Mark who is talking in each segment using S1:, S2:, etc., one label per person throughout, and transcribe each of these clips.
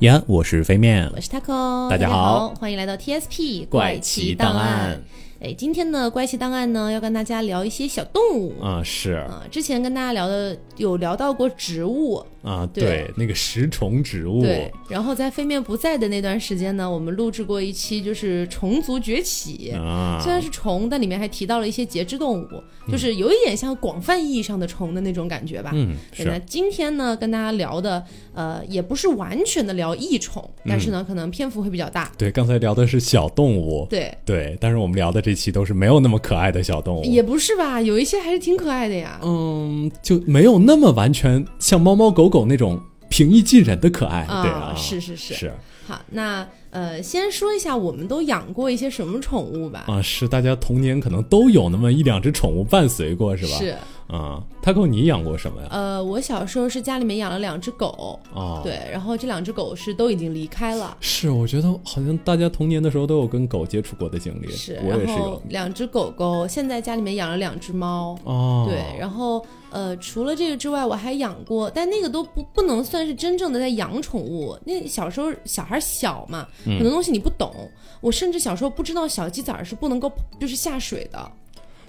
S1: 延安，我是飞面，
S2: 我是 Taco，
S1: 大家好
S2: 欢迎来到 TSP
S1: 怪奇
S2: 奇
S1: 档
S2: 档
S1: 案。
S2: 哎，今天呢，怪奇档案呢，要跟大家聊一些小动物
S1: 啊、是
S2: 啊、之前跟大家聊的有聊到过植物，
S1: 啊，
S2: 对
S1: 对，那个食虫植物，
S2: 对。然后在飞面不在的那段时间呢，我们录制过一期就是虫族崛起。
S1: 啊
S2: 虽，然是虫，但里面还提到了一些节肢动物，就是有一点像广泛意义上的虫的那种感觉吧。
S1: 嗯，
S2: 对，那
S1: 是
S2: 今天呢，跟大家聊的，呃，也不是完全的聊益虫，但是呢，
S1: 嗯
S2: 可能篇幅会比较大。
S1: 对，刚才聊的是小动物，
S2: 对，
S1: 对，但是我们聊的这期都是没有那么可爱的小动物，
S2: 也不是吧，有一些还是挺可爱的呀。
S1: 嗯，就没有那么完全像猫猫狗狗那种平易近人的可爱，对啊，
S2: 是是是。
S1: 是
S2: 好，那呃，先说一下我们都养过一些什么宠物吧。
S1: 啊，是大家童年可能都有那么一两只宠物伴随过，嗯是吧？
S2: 是，
S1: 啊，Taco，你养过什么呀？
S2: 呃，我小时候是家里面养了两只狗，
S1: 啊，。
S2: 对，然后这两只狗是都已经离开了。
S1: 是，我觉得好像大家童年的时候都有跟狗接触过的经历，
S2: 是，
S1: 我也
S2: 然
S1: 是有
S2: 后两只狗狗，现在家里面养了两只猫。
S1: 哦，
S2: 对，然后呃，除了这个之外，我还养过，但那个都不不能算是真正的在养宠物。那小时候小孩小嘛，
S1: 嗯
S2: 很多东西你不懂。我甚至小时候不知道小鸡仔儿是不能够就是下水的，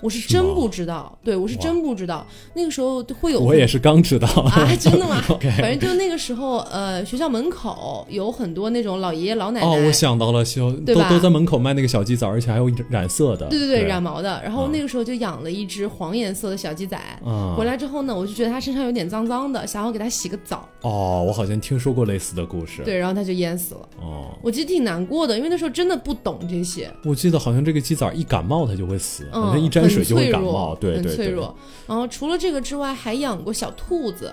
S2: 我是
S1: 是吗
S2: 真不知道。对，我是真不知道。那个时候会有
S1: 我也是刚知道
S2: 啊，真的吗
S1: OK
S2: 反正就那个时候，呃，学校门口有很多那种老爷爷老奶奶。
S1: 哦，我想到了，小
S2: 对
S1: 都
S2: 吧
S1: 都在门口卖那个小鸡仔，而且还有染色的，
S2: 对对
S1: 对
S2: 对，染毛的。然后
S1: 嗯
S2: 那个时候就养了一只黄颜色的小鸡仔，
S1: 啊
S2: 回来之后呢，我就觉得它身上有点脏脏的，想要给它洗个澡。
S1: 哦，我好像听说过类似的故事，
S2: 对，然后它就淹死了。
S1: 哦，
S2: 我其实挺难过的，因为那时候真的不懂这些，
S1: 我记得好像这个鸡仔一感冒它就会死，好
S2: 嗯，
S1: 像一沾水就会感冒，
S2: 很脆
S1: 对对
S2: 弱很脆
S1: 对，
S2: 弱。然后除了这个之外，还养过小兔子，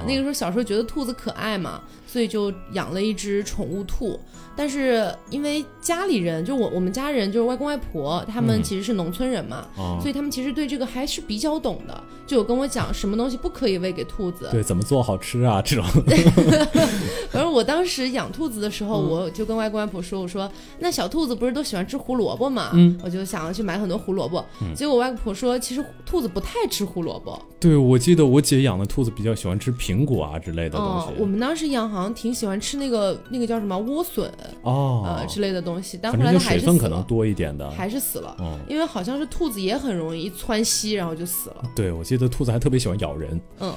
S1: 哦，
S2: 那个时候小时候觉得兔子可爱嘛，所以就养了一只宠物兔。但是因为家里人，就我我们家人就是外公外婆，他们
S1: 嗯
S2: 其实是农村人嘛，
S1: 啊
S2: 所，以他们其实对这个还是比较懂的，就有跟我讲什么东西不可以喂给兔子。
S1: 对，怎么做好吃啊？这种
S2: 而我当时养兔子的时候，
S1: 嗯
S2: 我就跟外公外婆说：“我说那小兔子不是都喜欢吃胡萝卜嘛，
S1: 嗯
S2: 我就想要去买很多胡萝卜。结果我外婆说，其实兔子不太吃胡萝卜。
S1: 对，我记得我姐养的兔子比较喜欢吃苹果啊之类的东
S2: 嗯，
S1: 西
S2: 我，们当时养好像挺喜欢吃那个那个叫什么莴笋
S1: 哦
S2: 呃，之类的东西，但
S1: 反
S2: 后来
S1: 正
S2: 它
S1: 就
S2: 还
S1: 水
S2: 是死
S1: 分可能
S2: 了，
S1: 多一点的，
S2: 还是死了。
S1: 嗯，
S2: 因为好像是兔子也很容易一窜稀，然后就死了。
S1: 对，我记得兔子还特别喜欢咬人，
S2: 嗯，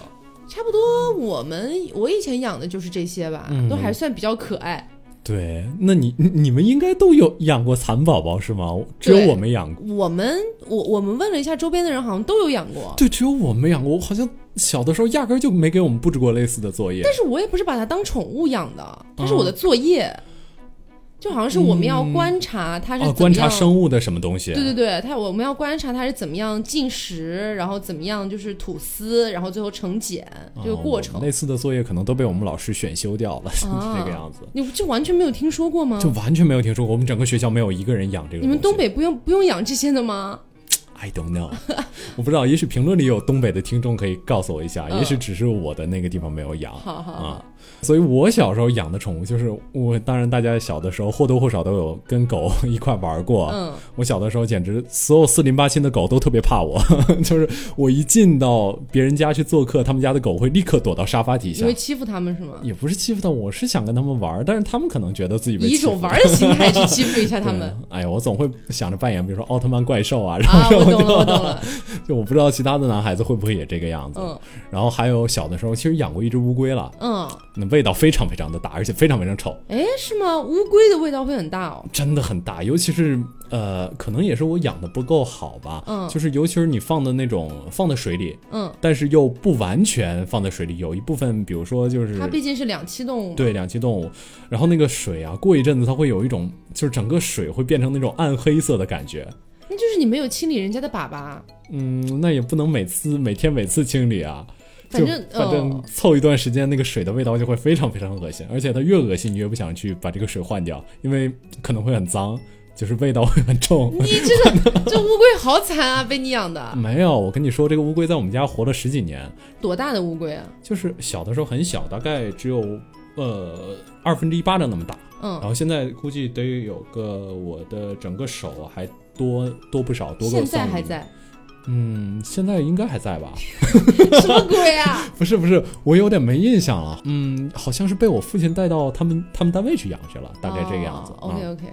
S2: 差不多。我们我以前养的就是这些吧，
S1: 嗯
S2: 都还算比较可爱。
S1: 对，那你你你们应该都有养过蚕宝宝是吗？只有
S2: 对
S1: 我没养过。
S2: 我们我我们问了一下周边的人，好像都有养过。
S1: 对，只有我没养过。我好像小的时候压根儿就没给我们布置过类似的作业。
S2: 但是我也不是把它当宠物养的，
S1: 嗯
S2: 它是我的作业，就好像是我们要观察它是怎么
S1: 啊，
S2: 样、
S1: 观察生物的什么东西？啊
S2: 对对对，它我们要观察它是怎么样进食，然后怎么样就是吐丝，然后最后成茧这个
S1: 啊
S2: 过程
S1: 我们。类似的作业可能都被我们老师选修掉了，
S2: 啊
S1: 这个样子，
S2: 你就完全没有听说过吗
S1: 就？完全没有听说过。我们整个学校没有一个人养这个东西。
S2: 你们东北不用不用养这些的吗？
S1: ？I don't know，我 不知道。也许评论里有东北的听众可以告诉我一下，
S2: 嗯
S1: 也许只是我的那个地方没有养。
S2: 好好好
S1: 啊。所以我小时候养的宠物就是我，当然大家小的时候或多或少都有跟狗 一块玩过。
S2: 嗯，
S1: 我小的时候简直所有四邻八亲的狗都特别怕我， 就是我一进到别人家去做客，他们家的狗会立刻躲到沙发底
S2: 你
S1: 下
S2: 会。欺负他们是吗？
S1: 也不是欺负他，我是想跟他们玩，但是他们可能觉得自己被
S2: 以一
S1: 欺负
S2: 种玩儿的心态去欺负一下他们。
S1: 对哎呀，我总会想着扮演，比如说奥特曼怪兽啊，然
S2: 啊，
S1: 后
S2: 我懂 了，我懂了。
S1: 就我不知道其他的男孩子会不会也这个样子。
S2: 嗯
S1: 然后还有小的时候，其实养过一只乌龟了，
S2: 嗯，
S1: 那味道非常非常的大，而且非常非常臭。
S2: 哎，是吗？乌龟的味道会很大哦。
S1: 真的很大，尤其是呃，可能也是我养的不够好吧，
S2: 嗯
S1: 就是尤其是你放的那种放在水里，
S2: 嗯，
S1: 但是又不完全放在水里，有一部分，比如说就是
S2: 它毕竟是两栖动物嘛。
S1: 对两栖动物，然后那个水啊，过一阵子它会有一种就是整个水会变成那种暗黑色的感觉，
S2: 那就是你没有清理人家的粑粑，
S1: 嗯，那也不能每次每天每次清理啊。
S2: 反
S1: 就
S2: 正
S1: 反正
S2: 哦
S1: 凑一段时间，那个水的味道就会非常非常恶心，而且它越恶心，你越不想去把这个水换掉，因为可能会很脏，就是味道会很重。
S2: 你这个这乌龟好惨啊， 被你养的，
S1: 没有，我跟你说，这个乌龟在我们家活了十几年，
S2: 多大的乌龟啊？
S1: 就是小的时候很小，大概只有呃二分之一巴掌那么大，然
S2: 嗯，
S1: 后现在估计得有个我的整个手还多多不少，多个
S2: 现
S1: 三
S2: 在
S1: 厘
S2: 还
S1: 米
S2: 在，
S1: 嗯，现在应该还在吧？
S2: 什么鬼啊？
S1: 不是不是，我有点没印象了。嗯，好像是被我父亲带到他们他们单位去养去了， 大概这个样子。
S2: 哦 OK
S1: 嗯
S2: OK，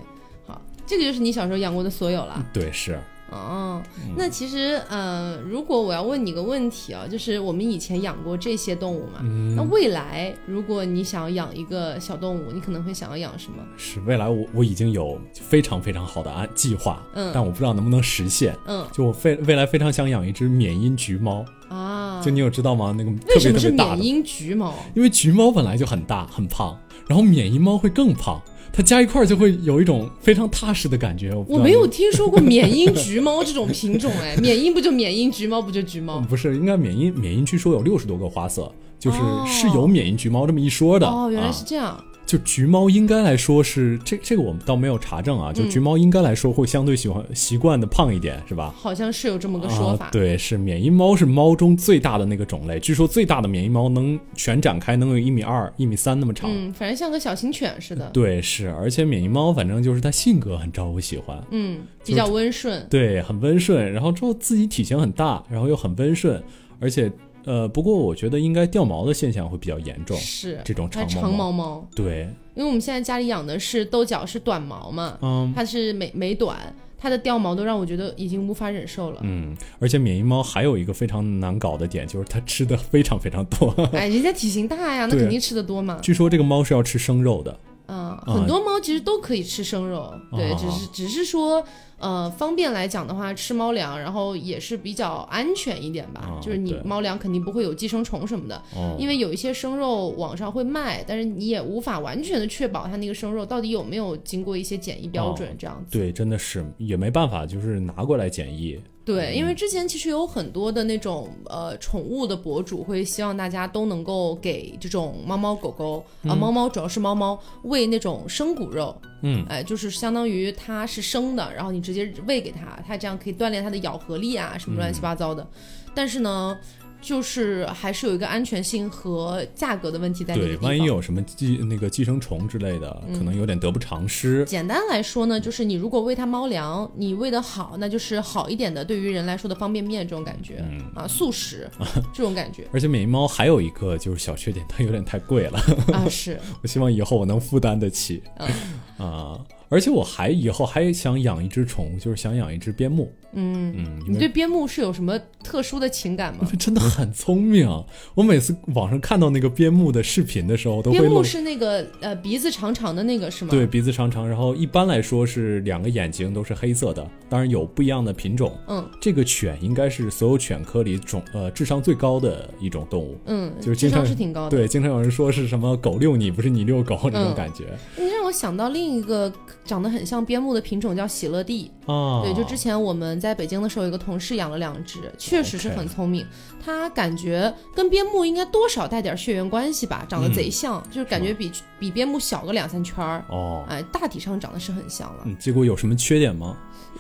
S2: 好，这个就是你小时候养过的所有了。
S1: 对，是，
S2: 哦，
S1: 嗯
S2: 那其实，呃，如果我要问你个问题啊，就是我们以前养过这些动物嘛，
S1: 嗯
S2: 那未来如果你想要养一个小动物，你可能会想要养什么？
S1: 是未来我我已经有非常非常好的安计划，
S2: 嗯
S1: 但我不知道能不能实现。
S2: 嗯
S1: 就我非未来非常想养一只缅因橘猫，
S2: 啊
S1: 就，你有知道吗？那个
S2: 为
S1: 特
S2: 什
S1: 别
S2: 么
S1: 特
S2: 是
S1: 别大
S2: 缅
S1: 的，
S2: 因橘猫？
S1: 因为橘猫本来就很大很胖，然后缅因猫会更胖，它加一块儿就会有一种非常踏实的感觉。我不知
S2: 我
S1: 道
S2: 没
S1: 你
S2: 有听说过缅因 橘猫这种品种，哎，缅因不就缅因，橘猫不就橘猫
S1: 嗯？不是，应该缅因缅因据说有六十多个花色，就是
S2: 哦
S1: 是有缅因橘猫这么一说的。
S2: 哦，原来是
S1: 啊、
S2: 这样，
S1: 就橘猫应该来说是这这个我们倒没有查证啊，就
S2: 嗯
S1: 橘猫应该来说会相对喜欢习惯的胖一点，是吧？
S2: 好像是有这么个说
S1: 啊
S2: 法，。
S1: 对，是缅因猫是猫中最大的那个种类，据说最大的缅因猫能全展开能有一米二、一米三那么长。
S2: 嗯，反正像个小型犬似的，
S1: 对，是，而且缅因猫反正就是它性格很招我喜欢，
S2: 嗯，
S1: 就是
S2: 比较温顺。
S1: 对，很温顺，然后之后自己体型很大，然后又很温顺，而且呃，不过我觉得应该掉毛的现象会比较严重。
S2: 是
S1: 这种
S2: 它
S1: 长毛
S2: 长
S1: 猫
S2: 毛猫，
S1: 对，
S2: 因为我们现在家里养的是豆角，是短毛嘛，
S1: 嗯
S2: 它是美美短，它的掉毛都让我觉得已经无法忍受了。
S1: 嗯，而且缅因猫还有一个非常难搞的点，就是它吃的非常非常多。
S2: 哎，人家体型大呀，那
S1: 对
S2: 肯定吃的多嘛。
S1: 据说这个猫是要吃生肉的，
S2: 啊，
S1: 啊
S2: 很多猫其实都可以吃生肉，对，
S1: 哦
S2: 只是只是说，呃，方便来讲的话，吃猫粮，然后也是比较安全一点吧。
S1: 啊
S2: 就是你
S1: 对
S2: 猫粮肯定不会有寄生虫什么的，
S1: 哦，
S2: 因为有一些生肉网上会卖，但是你也无法完全的确保它那个生肉到底有没有经过一些检疫标准
S1: 哦
S2: 这样子。
S1: 对，真的是也没办法，就是拿过来检疫。
S2: 对，因为之前其实有很多的那种呃宠物的博主会希望大家都能够给这种猫猫狗狗啊、呃猫猫主要是猫猫喂那种生骨肉，
S1: 嗯，
S2: 哎、就是相当于它是生的，然后你直接喂给它，它这样可以锻炼它的咬合力啊什么乱七八
S1: 嗯
S2: 糟的。但是呢，就是还是有一个安全性和价格的问题在这个
S1: 对
S2: 地，方。嗯
S1: 万一有什么寄那个寄生虫之类的，可能有点得不偿失。
S2: 简单来说呢，就是你如果喂它猫粮，你喂得好，那就是好一点的，对于人来说的方便面这种感觉、
S1: 嗯
S2: 啊，素食 这种感觉
S1: 而且缅因猫还有一个就是小缺点，它有点太贵了。
S2: 啊，是
S1: 我希望以后我能负担得起。
S2: 嗯
S1: 啊、而且我还以后还想养一只宠物，就是想养一只边牧。
S2: 嗯。
S1: 嗯，因
S2: 你
S1: 为
S2: 对边牧是有什么特殊的情感吗
S1: 它？真的很聪明。啊我每次网上看到那个边牧的视频的时候，都会
S2: 边牧
S1: 露
S2: 是那个呃鼻子长长的那个是吗？
S1: 对，鼻子长长，然后一般来说是两个眼睛都是黑色的，当然有不一样的品种。
S2: 嗯
S1: 这个犬应该是所有犬科里种呃智商最高的一种动物。
S2: 嗯，
S1: 就是
S2: 智
S1: 经常
S2: 商是挺高的。
S1: 对，经常有人说是什么狗遛你，不是你遛狗这种
S2: 嗯
S1: 感觉、
S2: 你让我想到另一个长得很像边牧的品种叫喜乐蒂，
S1: 啊。
S2: 对，就之前我们在北京的时候，有一个同事养了两只，确实是
S1: OK
S2: 很聪明。它感觉跟边牧应该多少带点血缘关系吧，长得贼像，
S1: 嗯
S2: 就是感觉比比边牧小个两三圈儿。
S1: 哦，
S2: 哎，大体上长得是很像了，
S1: 嗯，结果有什么缺点吗？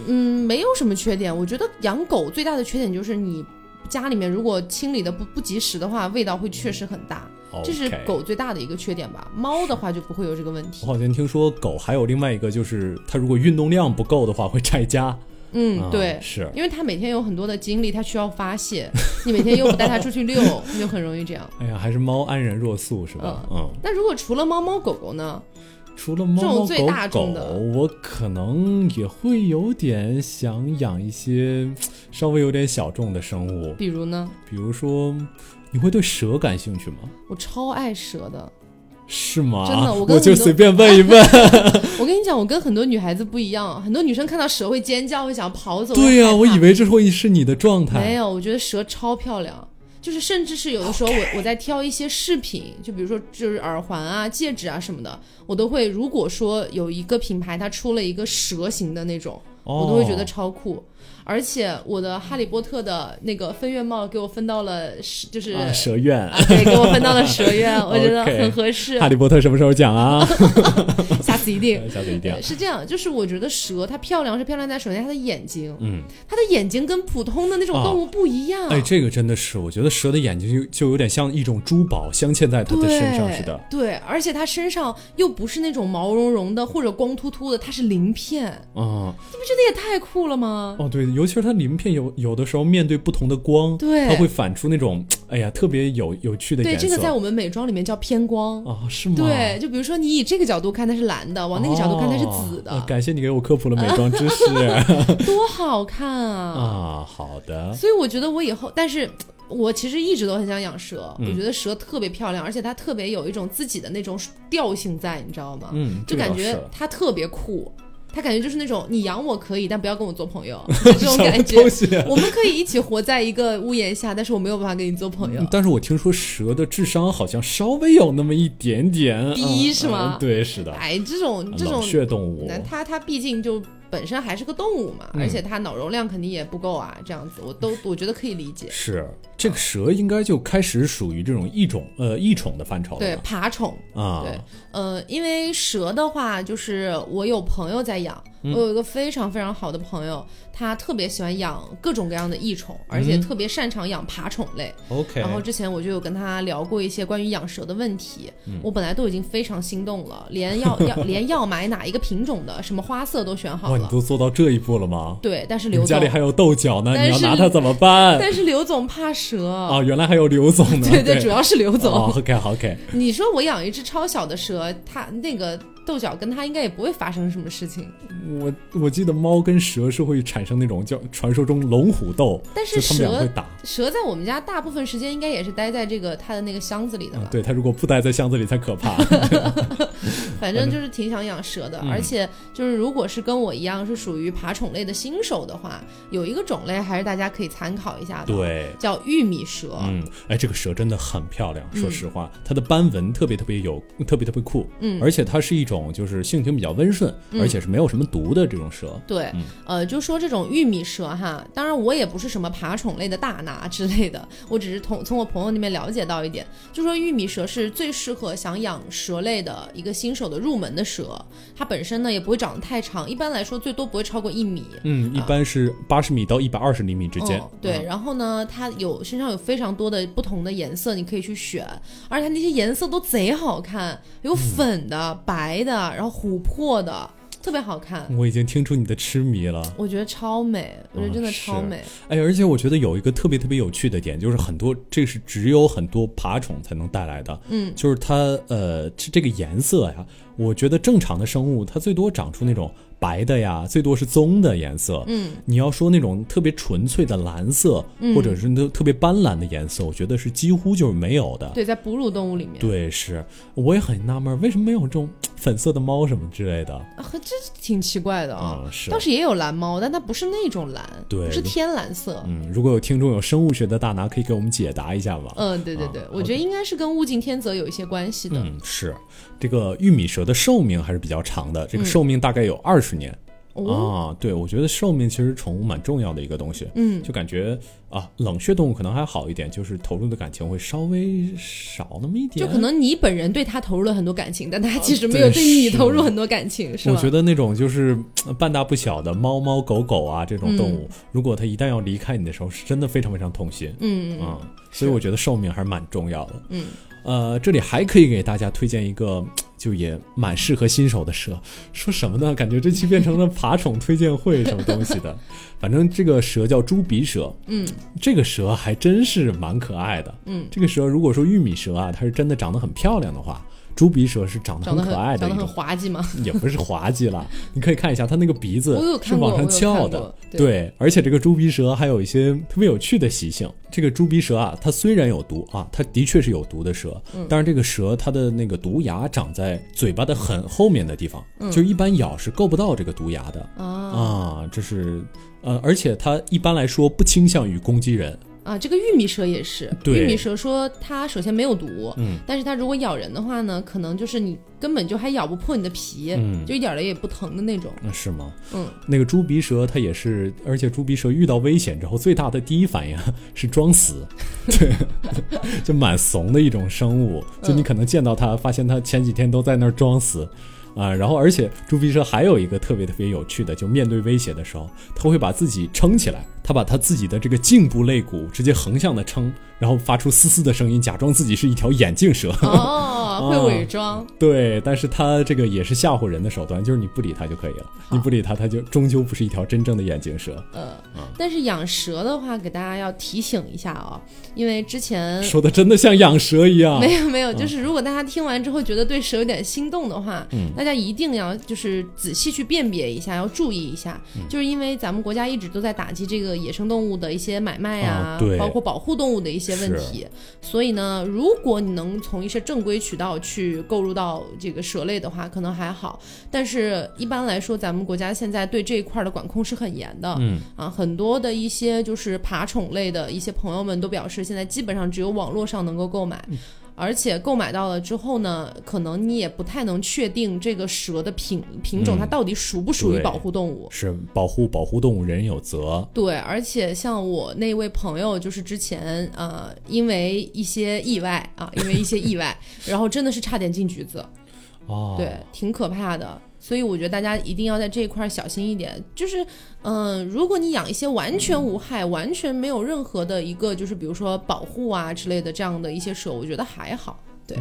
S2: 嗯，没有什么缺点。我觉得养狗最大的缺点就是你家里面如果清理的不不及时的话，味道会确实很大，这是
S1: OK 哦
S2: 狗最大的一个缺点吧。猫的话就不会有这个问题
S1: 我。好像听说狗还有另外一个，就是它如果运动量不够的话会拆家。
S2: 嗯，
S1: 啊
S2: 对，
S1: 是。
S2: 因为它每天有很多的精力，它需要发泄，你每天又不带它出 去遛，它就很容易这样。
S1: 哎呀，还是猫安然若素是吧？嗯，
S2: 那如果除了猫猫狗狗呢？
S1: 除了猫
S2: 这种
S1: 猫
S2: 最
S1: 狗
S2: 大
S1: 狗
S2: 众的，
S1: 我可能也会有点想养一些稍微有点小众的生物，
S2: 比如呢？
S1: 比如说，你会对蛇感兴趣吗？
S2: 我超爱蛇的。
S1: 是吗？
S2: 真的我
S1: 我
S2: 跟
S1: 就
S2: 很多
S1: 随便问一问。
S2: 我跟你讲，我跟很多女孩子不一样，很多女生看到蛇会尖叫，会想要跑走。
S1: 对呀、
S2: 会害怕
S1: 我以为这会是你的状
S2: 没
S1: 态。
S2: 有，我觉得蛇超漂亮。就是，甚至是有的时候我，我在挑一些饰品，就比如说就是耳环啊、戒指啊什么的，我都会。如果说有一个品牌它出了一个蛇形的那种，
S1: 哦
S2: 我都会觉得超酷。而且我的《哈利波特》的那个分院帽给我分到了是，就是、
S1: 啊，蛇院，
S2: 啊对，给我分到了蛇院，我觉得
S1: OK 哎
S2: 很合适
S1: 哈利波特什么时候讲 啊？
S2: 下次 一定。
S1: 下次一定
S2: 对，。是这样，就是我觉得蛇它漂亮是漂亮在首先它的眼睛，
S1: 嗯，
S2: 它的眼睛跟普通的那种
S1: 啊
S2: 动物不一样。
S1: 哎，这个真的是，我觉得蛇的眼睛就就有点像一种珠宝镶嵌在它的身上似的。
S2: 对，而且它身上又不是那种毛茸茸的或者光秃秃的，它是鳞片，
S1: 嗯，
S2: 你不觉得也太酷了吗？
S1: 哦，对，尤其是它鳞片有有的时候面对不同的光，
S2: 对
S1: 它会反出那种哎呀特别有有趣的
S2: 对，
S1: 颜色。
S2: 这个在我们美妆里面叫偏光。
S1: 啊是吗？
S2: 对，就比如说你以这个角度看它是蓝的，往那个角度看它是紫的，
S1: 哦呃感谢你给我科普了美妆知 识
S2: 多好看啊！
S1: 啊，好的，
S2: 所以我觉得我以后，但是我其实一直都很想养蛇，
S1: 嗯
S2: 我觉得蛇特别漂亮，而且它特别有一种自己的那种调性在，你知道吗？
S1: 嗯，这
S2: 就
S1: 个
S2: 感
S1: 倒是
S2: 觉它特别酷，它感觉就是那种你养我可以，但不要跟我做 朋友这种感
S1: 什么
S2: 觉
S1: 东。 西啊
S2: 我们可以一起活在一个屋檐下，但是我没有办法跟你做朋友。
S1: 但是我听说蛇的智商好像稍微有那么一点点
S2: 低
S1: 嗯
S2: 是吗
S1: 嗯对，是的，
S2: 哎，这种这
S1: 冷
S2: 种
S1: 血动物
S2: 那它它毕竟就本身还是个动物嘛，
S1: 嗯
S2: 而且它脑容量肯定也不够啊，这样子 我都我觉得可以理解。
S1: 是这个蛇应该就开始属于这种异种呃异宠的范畴
S2: 对
S1: 了吧
S2: 爬宠，
S1: 啊，
S2: 对呃，因为蛇的话，就是我有朋友在养，
S1: 嗯
S2: 我有一个非常非常好的朋友，他特别喜欢养各种各样的异宠，而且
S1: 嗯
S2: 特别擅长养爬宠类。
S1: OK，
S2: 然后之前我就有跟他聊过一些关于养蛇的问题，
S1: 嗯
S2: 我本来都已经非常心动了，连要要连要买哪一个品种的，什么花色都选好
S1: 哇，你
S2: 了。
S1: 都做到这一步了吗？
S2: 对，但是
S1: 你
S2: 刘
S1: 们家
S2: 总
S1: 里，还有豆角呢，
S2: 但
S1: 你要
S2: 是
S1: 拿它怎么办？
S2: 但是刘总怕蛇。
S1: 啊，原来还有刘总呢，
S2: 对对，主要是刘总。
S1: 哦 OK OK，
S2: 你说我养一只超小的蛇，它那个豆角跟它应该也不会发生什么事情。
S1: 我我记得猫跟蛇是会产生那种叫传说中龙虎斗，
S2: 但是
S1: 就它们俩
S2: 蛇
S1: 会打。
S2: 蛇在我们家大部分时间应该也是待在这个它的那个箱子里的
S1: 啊
S2: 吧，，
S1: 对它如果不待在箱子里才可 怕。
S2: 反正就是挺想养蛇的，
S1: 嗯
S2: 而且就是如果是跟我一样是属于爬宠类的新手的话，有一个种类还是大家可以参考一下的，，
S1: 对，
S2: 叫玉米蛇。
S1: 嗯，哎，这个蛇真的很漂亮，说
S2: 啊嗯
S1: 实话，它的斑纹特别特别有，特别特别酷。
S2: 嗯
S1: 而且它是一种就是性情比较温顺，
S2: 嗯
S1: 而且是没有什么毒的这种蛇。
S2: 对，呃，就说这种玉米蛇哈，当然我也不是什么爬宠类的大拿之类的， 我只是从从我朋友那边了解到一点，就说玉米蛇是最适合想养蛇类的一个新手的入门的蛇，它本身呢也不会长得太长，一般来说最多不会超过一米。
S1: 嗯，一
S2: 啊
S1: 般是八十米到一百二十厘米之间。
S2: 嗯。对，然后呢，它有身上有非常多的不同的颜色，你可以去选，而且它那些颜色都贼好看，有粉的、白的，然后琥珀的，特别好看。
S1: 嗯，我已经听出你的痴迷了。
S2: 我觉得超美，我觉得真的超
S1: 是
S2: 美。
S1: 哎，而且我觉得有一个特别特别有趣的点，就是很多这是只有很多爬宠才能带来的，
S2: 嗯，
S1: 就是它呃这这个颜色呀，我觉得正常的生物它最多长出那种白的呀，最多是棕的颜色，
S2: 嗯，
S1: 你要说那种特别纯粹的蓝色，或者是那特别斑斓的颜色，我觉得是几乎就是没有的。
S2: 对，在哺乳动物里面，
S1: 对，是，我也很纳闷儿，为什么没有这种粉色的猫什么之类的
S2: 啊，和这挺奇怪的啊。
S1: 啊、是
S2: 倒。是也有蓝猫，但它不是那种蓝，
S1: 对
S2: 不是天蓝色。
S1: 嗯，如果有听众有生物学的大拿，可以给我们解答一下吗？
S2: 嗯，对对对，
S1: 啊
S2: 我觉得应该是跟物竞天择有一些关系的。
S1: 嗯，是这个玉米蛇的寿命还是比较长的，这个寿命大概有二十年、
S2: 嗯哦，
S1: 啊。对，我觉得寿命其实宠物蛮重要的一个东西，
S2: 嗯，
S1: 就感觉啊，冷血动物可能还好一点，就是投入的感情会稍微少那么一点。
S2: 就可能你本人对它投入了很多感情，但它其实没
S1: 啊
S2: 有
S1: 对
S2: 对你
S1: 是
S2: 投入很多感情，是
S1: 我
S2: 吧？
S1: 觉得那种就是呃半大不小的猫猫狗狗啊，这种动物，如果它一旦要离开你的时候，是真的非常非常痛心。
S2: 嗯嗯嗯
S1: 嗯，所以我觉得寿命还是蛮重要的。
S2: 嗯，
S1: 呃，这里还可以给大家推荐一个，就也蛮适合新手的蛇。说什么呢？感觉这期变成了爬宠推荐会什么东西 的。反正这个蛇叫猪鼻蛇，
S2: 嗯，
S1: 这个蛇还真是蛮可爱的。
S2: 嗯，
S1: 这个蛇如果说玉米蛇啊，它是真的长得很漂亮的话，猪鼻蛇是长得
S2: 长
S1: 很
S2: 得
S1: 可爱的
S2: 很长
S1: 一
S2: 得
S1: 种
S2: 很滑稽嘛。
S1: 也不是滑稽了，你可以看一下它那个鼻子
S2: 我有
S1: 是
S2: 看过
S1: 往上翘
S2: 我有
S1: 的
S2: 看，过对
S1: 对，而且这个猪鼻蛇还有一些特别有趣的习性。这个猪鼻蛇啊，它虽然有毒啊，它的确是有毒的蛇，
S2: 嗯
S1: 但是这个蛇它的那个毒牙长在嘴巴的很后面的地方，
S2: 嗯
S1: 就是一般咬是够不到这个毒牙的
S2: 啊
S1: 啊。这是呃，而且它一般来说不倾向于攻击人，
S2: 啊，这个玉米蛇也是，
S1: 对
S2: 玉米蛇说它首先没有毒，
S1: 嗯，
S2: 但是它如果咬人的话呢，可能就是你根本就还咬不破你的皮，
S1: 嗯
S2: 就一点儿也不疼的 那种。
S1: 那是吗？
S2: 嗯，
S1: 那个猪鼻蛇它也是，而且猪鼻蛇遇到危险之后，最大的第一反应啊是装 死，对， 就蛮怂的一种生物。
S2: 嗯
S1: 就你可能见到它，发现它前几天都在那儿装死。啊，然后而且猪鼻蛇还有一个特别特别有趣的，就面对威胁的时候，它会把自己撑起来，它把它自己的这个颈部肋骨直接横向的撑，然后发出嘶嘶的声音，假装自己是一条眼镜蛇。
S2: 哦，啊，会伪装。
S1: 对，但是它这个也是吓唬人的手段，就是你不理它就可以了，你不理它，它就终究不是一条真正的眼镜蛇。
S2: 呃，但是养蛇的话，给大家要提醒一下哦，因为之前
S1: 说的真的像养蛇一样，
S2: 没有没有，
S1: 嗯
S2: 就是如果大家听完之后觉得对蛇有点心动的话，大家一定要就是仔细去辨别一下，要注意一下，
S1: 嗯
S2: 就是因为咱们国家一直都在打击这个野生动物的一些买卖
S1: 啊
S2: 啊，
S1: 对
S2: 包括保护动物的一些问题。所以呢，如果你能从一些正规渠道去购入到这个蛇类的话，可能还好。但是一般来说，咱们国家现在对这一块儿的管控是很严的。
S1: 嗯
S2: 啊，很多的一些就是爬宠类的一些朋友们都表示，现在基本上只有网络上能够购
S1: 嗯
S2: 买。而且购买到了之后呢，可能你也不太能确定这个蛇的品品
S1: 嗯
S2: 种，它到底属不属于
S1: 对
S2: 保护动物。
S1: 是保护保护动物人有责，
S2: 对，而且像我那位朋友，就是之前呃，因为一些意外啊，因为一些意外， 然后真的是差点进局子，
S1: 哦，
S2: 对，挺可怕的。所以我觉得大家一定要在这一块儿小心一点。就是，嗯、如果你养一些完全无害、完全没有任何的一个，就是比如说保护啊之类的这样的一些蛇，我觉得还好。对，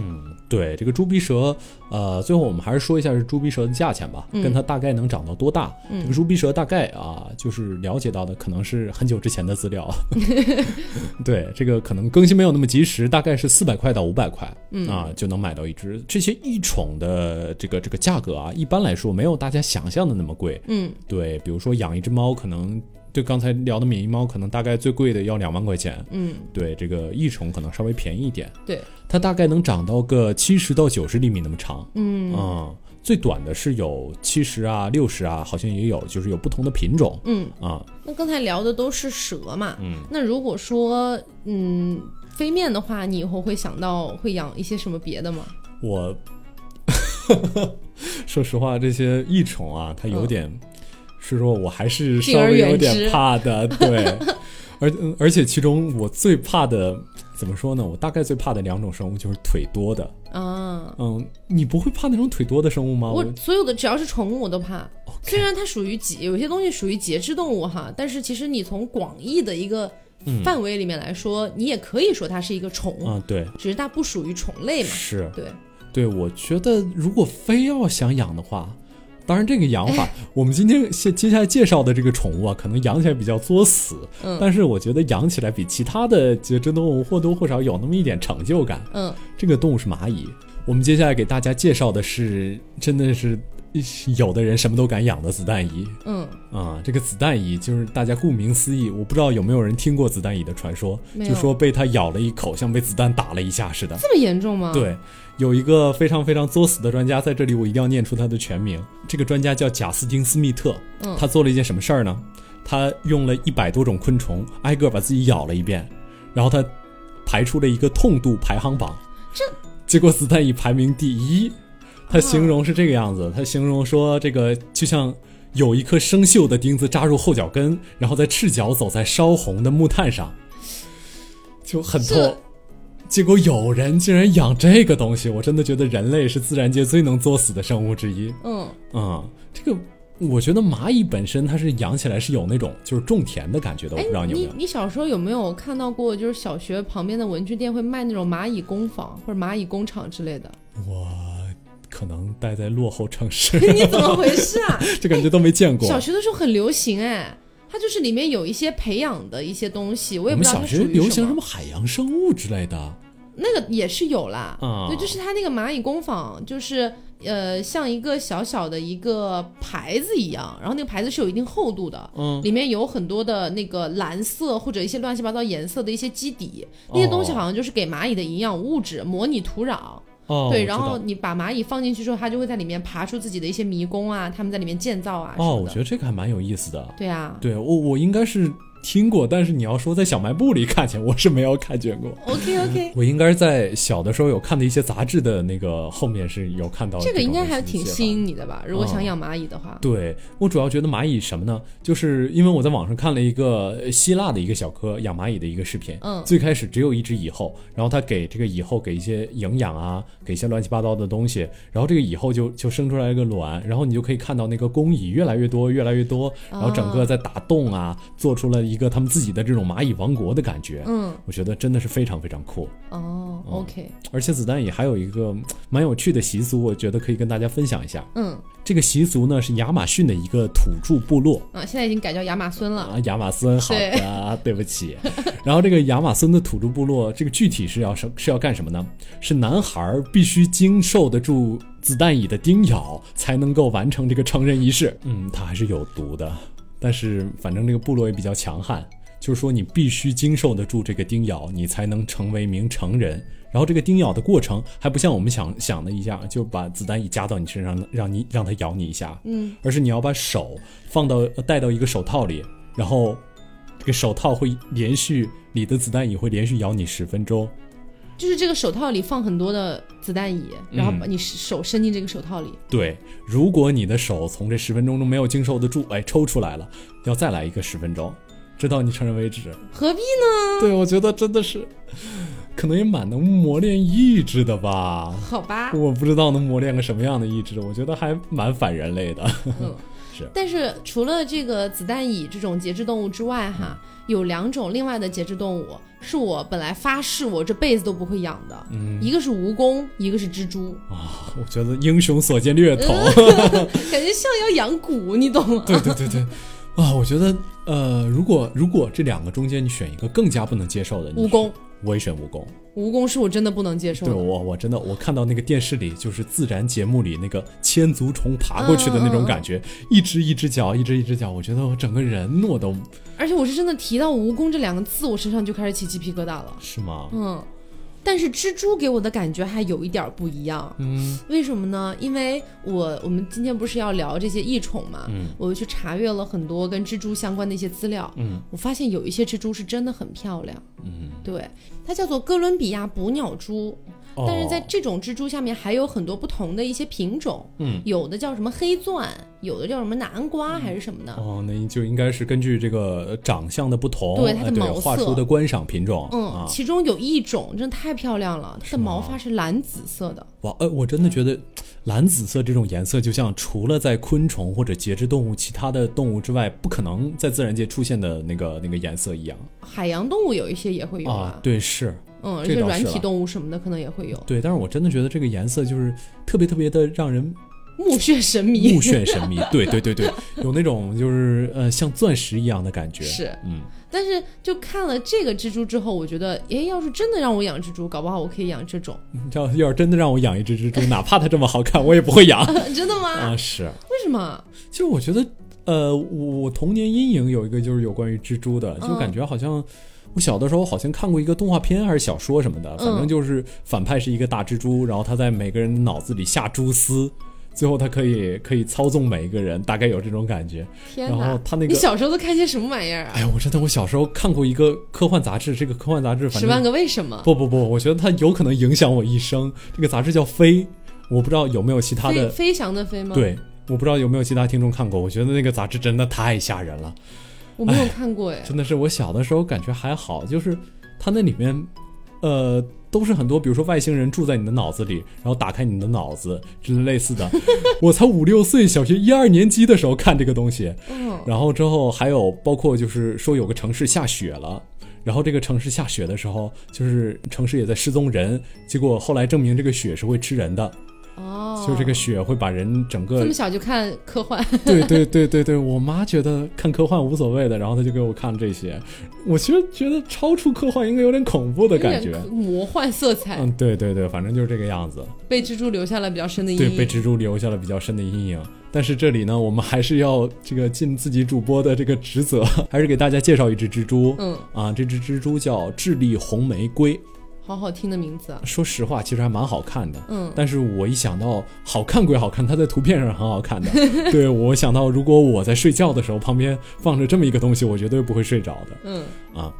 S1: 对，这个猪鼻蛇，呃，最后我们还是说一下是猪鼻蛇的价钱吧，跟它大概能长到多大。这个猪鼻蛇大概啊，就是了解到的可能是很久之前的资料， 对，这个可能更新没有那么及时，大概是四百块到五百块，啊就能买到一只。这些异宠的这个这个价格啊，一般来说没有大家想象的那么贵。
S2: 嗯，
S1: 对，比如说养一只猫，可能对刚才聊的免疫猫，可能大概最贵的要两万块钱。
S2: 嗯，
S1: 对，这个异宠可能稍微便宜一点。
S2: 对，
S1: 它大概能长到个七十到九十厘米那么长。
S2: 嗯
S1: 嗯最短的是有七十啊、六十啊，好像也有，就是有不同的品种
S2: 嗯。
S1: 啊。
S2: 那刚才聊的都是蛇嘛，那如果说嗯飞面的话，你以后会想到会养一些什么别的吗？
S1: 我 说实话，这些异宠啊，它有点，是说我还是稍微有
S2: 嗯敬而远
S1: 点
S2: 之
S1: 怕 的，对。而嗯而且其中我最怕的，怎么说呢？我大概最怕的两种生物就是腿多的。
S2: 啊，
S1: 嗯，你不会怕那种腿多的生物吗？
S2: 我所有的只要是宠物我都怕，虽然它属于节，有些东西属于节肢动物哈，但是其实你从广义的一个
S1: 嗯
S2: 范围里面来说，你也可以说它是一个宠，
S1: 啊、对，
S2: 只是它不属于宠类嘛。
S1: 是。
S2: 对，
S1: 对，我觉得如果非要想养的话，当然这个养
S2: 哎
S1: 法，我们今天接接下来介绍的这个宠物啊，可能养起来比较作死，
S2: 嗯
S1: 但是我觉得养起来比其他的节肢动物或多或少有那么一点成就感。
S2: 嗯，
S1: 这个动物是蚂蚁，我们接下来给大家介绍的是，真的是有的人什么都敢养的子弹蚁。
S2: 嗯，
S1: 啊、这个子弹蚁就是大家顾名思义，我不知道有没有人听过子弹蚁的传说，
S2: 没有
S1: 就说被它咬了一口，像被子弹打了一下似的。
S2: 这么严重吗？，
S1: 对，有一个非常非常作死的专家，在这里我一定要念出他的全名。这个专家叫贾斯汀·斯密特，
S2: 嗯
S1: 他做了一件什么事儿呢？他用了一百多种昆虫，挨个把自己咬了一遍，然后他排出了一个痛度排行榜，这结果子弹蚁排名第一。他形容是这个样子，他形容说这个就像。有一颗生锈的钉子扎入后脚跟，然后再赤脚走在烧红的木炭上，就很痛
S2: 这。
S1: 结果有人竟然养这个东西，我真的觉得人类是自然界最能作死的生物之一。
S2: 嗯，
S1: 嗯，这个我觉得蚂蚁本身它是养起来是有那种就是种田的感觉的，我
S2: 哎
S1: 不知道，你有没
S2: 你
S1: 有。
S2: 你小时候有没有看到过，就是小学旁边的文具店会卖那种蚂蚁工坊或者蚂蚁工厂之 类的？
S1: 我可能待在落后城市，
S2: 你怎么回事啊？
S1: 这感觉都没见过。
S2: 小学的时候很流行哎，它就是里面有一些培养的一些东西，我
S1: 我
S2: 也不
S1: 们
S2: 知道
S1: 小
S2: 它
S1: 学
S2: 属于
S1: 流行
S2: 什
S1: 什么海洋生物之类的，
S2: 那个也是有啦，
S1: 啊
S2: 对，就是它那个蚂蚁工坊，就是呃，像一个小小的一个牌子一样，然后那个牌子是有一定厚度的，
S1: 嗯，
S2: 里面有很多的那个蓝色或者一些乱七八糟颜色的一些基底，那些东西
S1: 哦
S2: 好像就是给蚂蚁的营养物质，模拟土壤。
S1: 哦，我
S2: 对，
S1: 知
S2: 然
S1: 道
S2: 后你把蚂蚁放进去之后，它就会在里面爬出自己的一些迷宫啊，它们在里面建造啊什
S1: 哦，
S2: 么
S1: 我
S2: 的。
S1: 觉得这个还蛮有意思的。
S2: 对 啊
S1: 对我，我应该是听过，但是你要说在小卖部里看见，我是没有看见过。
S2: ，OK OK，
S1: 我应该在小的时候有看的一些杂志的那个后面是有看到
S2: 这个应该还
S1: 种信
S2: 挺
S1: 息的
S2: 吸引你的吧？如果
S1: 嗯
S2: 想养蚂蚁的话，
S1: 对我主要觉得蚂蚁什么呢？就是因为我在网上看了一个呃希腊的一个小哥养蚂蚁的一个视频，
S2: 嗯
S1: 最开始只有一只蚁后，然后他给这个蚁后给一些营养啊，给一些乱七八糟的东西，然后这个蚁后就就生出来一个
S2: 哦
S1: 卵，然后你就可以看到那个公蚁越来越多，越来越多，然后整个在打洞啊，做出了一个他们自己的这种蚂蚁王国的感觉。
S2: 嗯，
S1: 我觉得真的是非常非常酷。嗯
S2: 哦，OK，
S1: 而且子弹也还有一个嗯蛮有趣的习俗，我觉得可以跟大家分享一下。
S2: 嗯，
S1: 这个习俗呢是亚马逊的一个土著部落
S2: 啊，现在已经改叫亚马孙了。
S1: 啊，亚马孙。好
S2: 对
S1: 的，啊对不起。然后这个亚马孙的土著部落，这个具体是要什是要干什么呢？是男孩儿必须经受得住子弹蚁的叮咬，才能够完成这个成人仪式。嗯，它还是有毒的，但是反正这个部落也比较强悍。就是说，你必须经受得住这个叮咬，你才能成为名成人。然后这个叮咬的过程还不像我们想想的一样，就把子弹蚁夹到你身上，让你让它咬你一下，嗯，而是你要把手放到呃戴到一个手套里，然后这个手套会连续里的子弹蚁会连续咬你十分钟，
S2: 就是这个手套里放很多的子弹蚁，
S1: 嗯
S2: 然后把你手伸进这个手套里。
S1: 对，如果你的手从这十分钟中没有经受得住，哎，抽出来了，要再来一个十分钟，直到你承认为止。
S2: 何必呢？
S1: 对，我觉得真的是，可能也蛮能磨练意志的吧。
S2: 好吧，
S1: 我不知道能磨练个什么样的意志，我觉得还蛮反人类的。
S2: 嗯，
S1: 是
S2: 但是除了这个子弹蚁这种节肢动物之外，哈，有两种另外的节肢动物是我本来发誓我这辈子都不会养的，
S1: 嗯
S2: 一个是蜈蚣，一个是 蜘蛛，
S1: 我觉得英雄所见略同。
S2: 感觉像要养蛊，你懂吗？
S1: 对对对对，啊，我觉得呃，如果如果这两个中间你选一个更加不能接受的，你
S2: 蜈蚣
S1: 选，我也选蜈蚣。
S2: 蜈蚣是我真的不能接受
S1: 对
S2: 的。
S1: 我，我真的我看到那个电视里，就是自然节目里那个千足虫爬过去的
S2: 嗯
S1: 那种感觉，一只一只脚，一只一只脚，我觉得我整个人我都
S2: 而且我是真的提到蜈蚣这两个字，我身上就开始起鸡皮疙瘩了。
S1: 是吗？
S2: 嗯，但是蜘蛛给我的感觉还有一点儿不一样。嗯，为什么呢？因为我我们今天不是要聊这些异宠嘛，嗯，我又去查阅了很多跟蜘蛛相关的一些资料，嗯，我发现有一些蜘蛛是真的很漂亮，嗯，对，它叫做哥伦比亚捕鸟蛛。
S1: 哦
S2: 嗯但是在这种蜘蛛下面还有很多不同的一些品种，嗯，有的叫什么黑钻，有的叫什么南瓜还是什么的，
S1: 哦，那就应该是根据这个长相的不同，
S2: 对它的
S1: 哎对
S2: 毛色
S1: 画出的观赏品种。
S2: 嗯，
S1: 啊，
S2: 其中有一种真的太漂亮了，它的毛发是蓝紫色的，
S1: 哇，哎，我真的觉得蓝紫色这种颜色，就像除了在昆虫或者节肢动物、其他的动物之外，不可能在自然界出现的那个那个颜色一样
S2: 海洋动物有一些也会有
S1: 啊。，对，是。
S2: 嗯，而
S1: 这
S2: 且
S1: 倒
S2: 软
S1: 是
S2: 体
S1: 了
S2: 动物什么的可能也会有，
S1: 对，但是我真的觉得这个颜色就是特别特别的让人
S2: 目眩 神迷
S1: 目 眩神迷，对对对对，有那种就是呃像钻石一样的感觉。
S2: 是。
S1: 嗯，
S2: 但是就看了这个蜘蛛之后，我觉得，哎，要是真的让我养蜘蛛，搞不好我可以养这种，
S1: 要要是真的让我养一只蜘蛛，哪怕它这么好看，我也不会 养
S2: 真的吗？
S1: 啊。是，
S2: 为什么？
S1: 其实我觉得，呃，我我童年阴影有一个就是有关于蜘蛛的，
S2: 嗯
S1: 就感觉好像。我小的时候好像看过一个动画片还是小说什么的，反正
S2: 嗯
S1: 就是反派是一个大蜘蛛，然后他在每个人脑子里下蛛丝，最后他可以可以操纵每一个人，大概有这种感觉。
S2: 天
S1: 然
S2: 哪
S1: 后！它那个
S2: 你小时候都看些什么玩意儿啊
S1: 哎？呀，我真的我小时候看过一个科幻杂志，这个科幻杂志反
S2: 十
S1: 正
S2: 万个为什 么？
S1: 不不不，我觉得它有可能影响我一生。这个杂志叫《飞》，我不知道有没有其他
S2: 飞
S1: 的
S2: 飞翔的飞吗？，
S1: 对，我不知道有没有其他听众看过。我觉得那个杂志真的太吓人了，
S2: 我没有看过哎。
S1: 真的是我小的时候感觉还好，就是它那里面，呃。都是很多，比如说外星人住在你的脑子里，然后打开你的脑子之类类似 的。我才五六岁，小学一二年级的时候看这个东西，
S2: 嗯，
S1: 然后之后还有包括就是说有个城市下雪了，然后这个城市下雪的时候，就是城市也在失踪人，结果后来证明这个雪是会吃人的，
S2: 哦，
S1: 就这个雪会把人整
S2: 这
S1: 个
S2: 么。小就看科幻，
S1: 对对对对对，我妈觉得看科幻无所谓的，然后她就给我看这些，我其实觉得超出科幻应该有点恐怖的
S2: 有
S1: 感
S2: 点
S1: 觉。
S2: 魔幻色彩，
S1: 嗯，对对对，反正就是这个样子。
S2: 被蜘蛛留下了比较深的阴
S1: 对，被
S2: 影。
S1: 蜘蛛留下了比较深的阴影。但是这里呢，我们还是要这个尽自己主播的这个职责，还是给大家介绍一只蜘蛛。
S2: 嗯，
S1: 啊，这只蜘蛛叫智利红玫瑰。
S2: 好好听的名字啊。
S1: 说实话，其实还蛮好看的。
S2: 嗯，
S1: 但是我一想到好看归好看，它在图片上很好看的。对我想到，如果我在睡觉的时候旁边放着这么一个东西，我绝对不会睡着的。
S2: 嗯，
S1: 啊。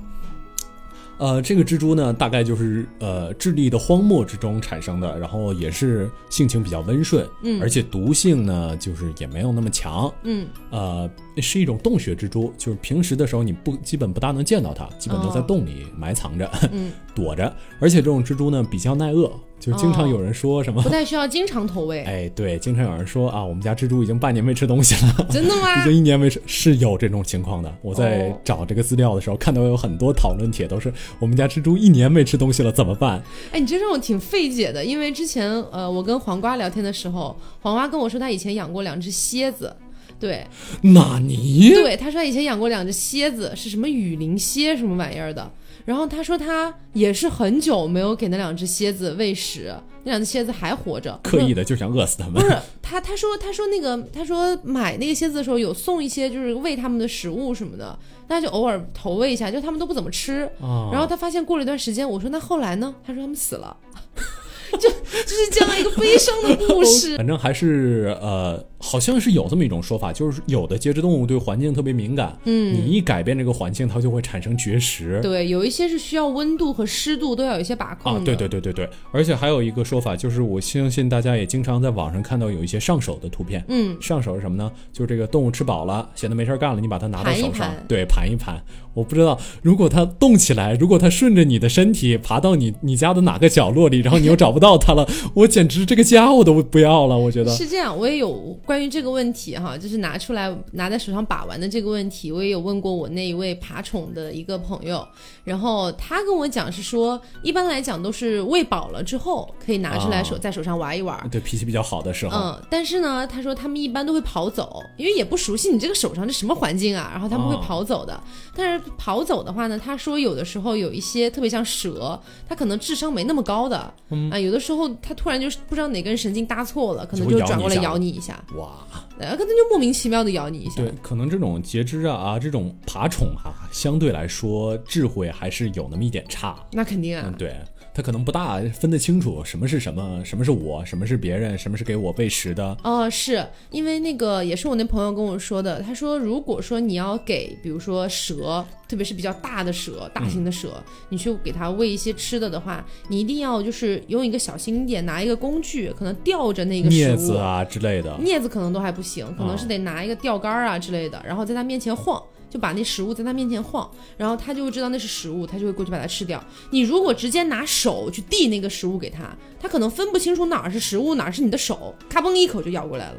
S1: 呃，这个蜘蛛呢，大概就是呃智利的荒漠之中产生的，然后也是性情比较温顺，嗯，而且毒性呢，就是也没有那么强，
S2: 嗯，
S1: 呃，是一种洞穴蜘蛛，就是平时的时候你不基本不大能见到它，基本都在
S2: 哦
S1: 洞里埋藏着，
S2: 嗯
S1: 躲着，而且这种蜘蛛呢比较耐饿，就经常有人说什么
S2: 哦不，太需要经常投喂。
S1: 哎，对，经常有人说啊，我们家蜘蛛已经半年没吃东西 了，
S2: 真的
S1: 已
S2: 吗？
S1: 经一年没吃，是有这种情况的。我在
S2: 哦
S1: 找这个资料的时候，看到有很多讨论帖都是我们家蜘蛛一年没吃东西了，怎么办？
S2: 哎，你这让我挺费解的，因为之前呃，我跟黄瓜聊天的时候，黄瓜跟我说他以前养过两只蝎子，对
S1: 纳尼？
S2: 对，他说他以前养过两只蝎子，是什么雨林蝎什么玩意儿的。然后他说他也是很久没有给那两只蝎子喂食，那两只蝎子还活着。
S1: 刻意的就想饿死他
S2: 不
S1: 们。
S2: 是他，他说他说那个他说买那个蝎子的时候有送一些就是喂它们的食物什么的，那就偶尔投喂一下，就它们都不怎么吃。
S1: 啊，
S2: 然后他发现过了一段时间，我说那后来呢？他说他们死了， 就就是这样一个悲伤的故 事。
S1: 反正还是呃，好像是有这么一种说法，就是有的节肢动物对环境特别敏感，嗯，你一改变这个环境，它就会产生绝食。
S2: 对，有一些是需要温度和湿度都要有一些把控
S1: 啊
S2: 的。，
S1: 对对对对对，而且还有一个说法，就是我相信大家也经常在网上看到有一些上手的图片。
S2: 嗯，
S1: 上手是什么呢？就是这个动物吃饱了，闲得没事儿干了，你把它拿到手上，
S2: 盘一盘
S1: 对，盘一盘。我不知道，如果它动起来，如果它顺着你的身体爬到你你家的哪个角落里，然后你又找不到 它了，我简直这个家我都不要了，我觉得。
S2: 是这样，我也有关于这个问题哈，就是拿出来拿在手上把玩的这个问题，我也有问过我那一位爬宠的一个朋友，然后他跟我讲是说，一般来讲都是喂饱了之后可以拿出来手、
S1: 啊
S2: 在手上玩一玩。
S1: 对脾气比较好的时候，
S2: 嗯，但是呢，他说他们一般都会跑走，因为也不熟悉你这个手上这什么环境啊，然后他们会
S1: 哦
S2: 跑走的。但是跑走的话呢，他说有的时候有一些特别像蛇，它可能智商没那么高的，
S1: 嗯
S2: 啊，有的时候它突然就是不知道哪根神经搭错了，可能
S1: 就会
S2: 就
S1: 咬
S2: 转
S1: 你
S2: 过来
S1: 一下
S2: 咬你一下，
S1: 哇，
S2: 然后可能就莫名其妙的咬你一下
S1: 对。，可能这种节肢啊啊，这种爬宠哈、相对来说智慧还是有那么一点差。
S2: 那肯定啊
S1: 嗯，，对，它可能不大分得清楚什么是什么，什么是我，什么是别人，什么是给我喂食的。
S2: 哦、是因为那个也是我那朋友跟我说的，他说如果说你要给，比如说蛇，特别是比较大的蛇、大型的蛇，
S1: 嗯
S2: 你去给它喂一些吃的的话，你一定要就是用一个小心一点，拿一个工具，可能吊着那个食物。嗯
S1: 镊子啊之类的，
S2: 镊子可能都还不行，可
S1: 啊
S2: 能是得拿一个钓竿啊之类的，然后在它面前晃，就把那食物在它面前晃，然后它就会知道那是食物，它就会过去把它吃掉。你如果直接拿手去递那个食物给它，它可能分不清楚哪儿是食物，哪儿是你的手，咔嘣一口就咬过来了。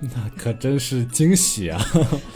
S1: 那可真是惊喜啊！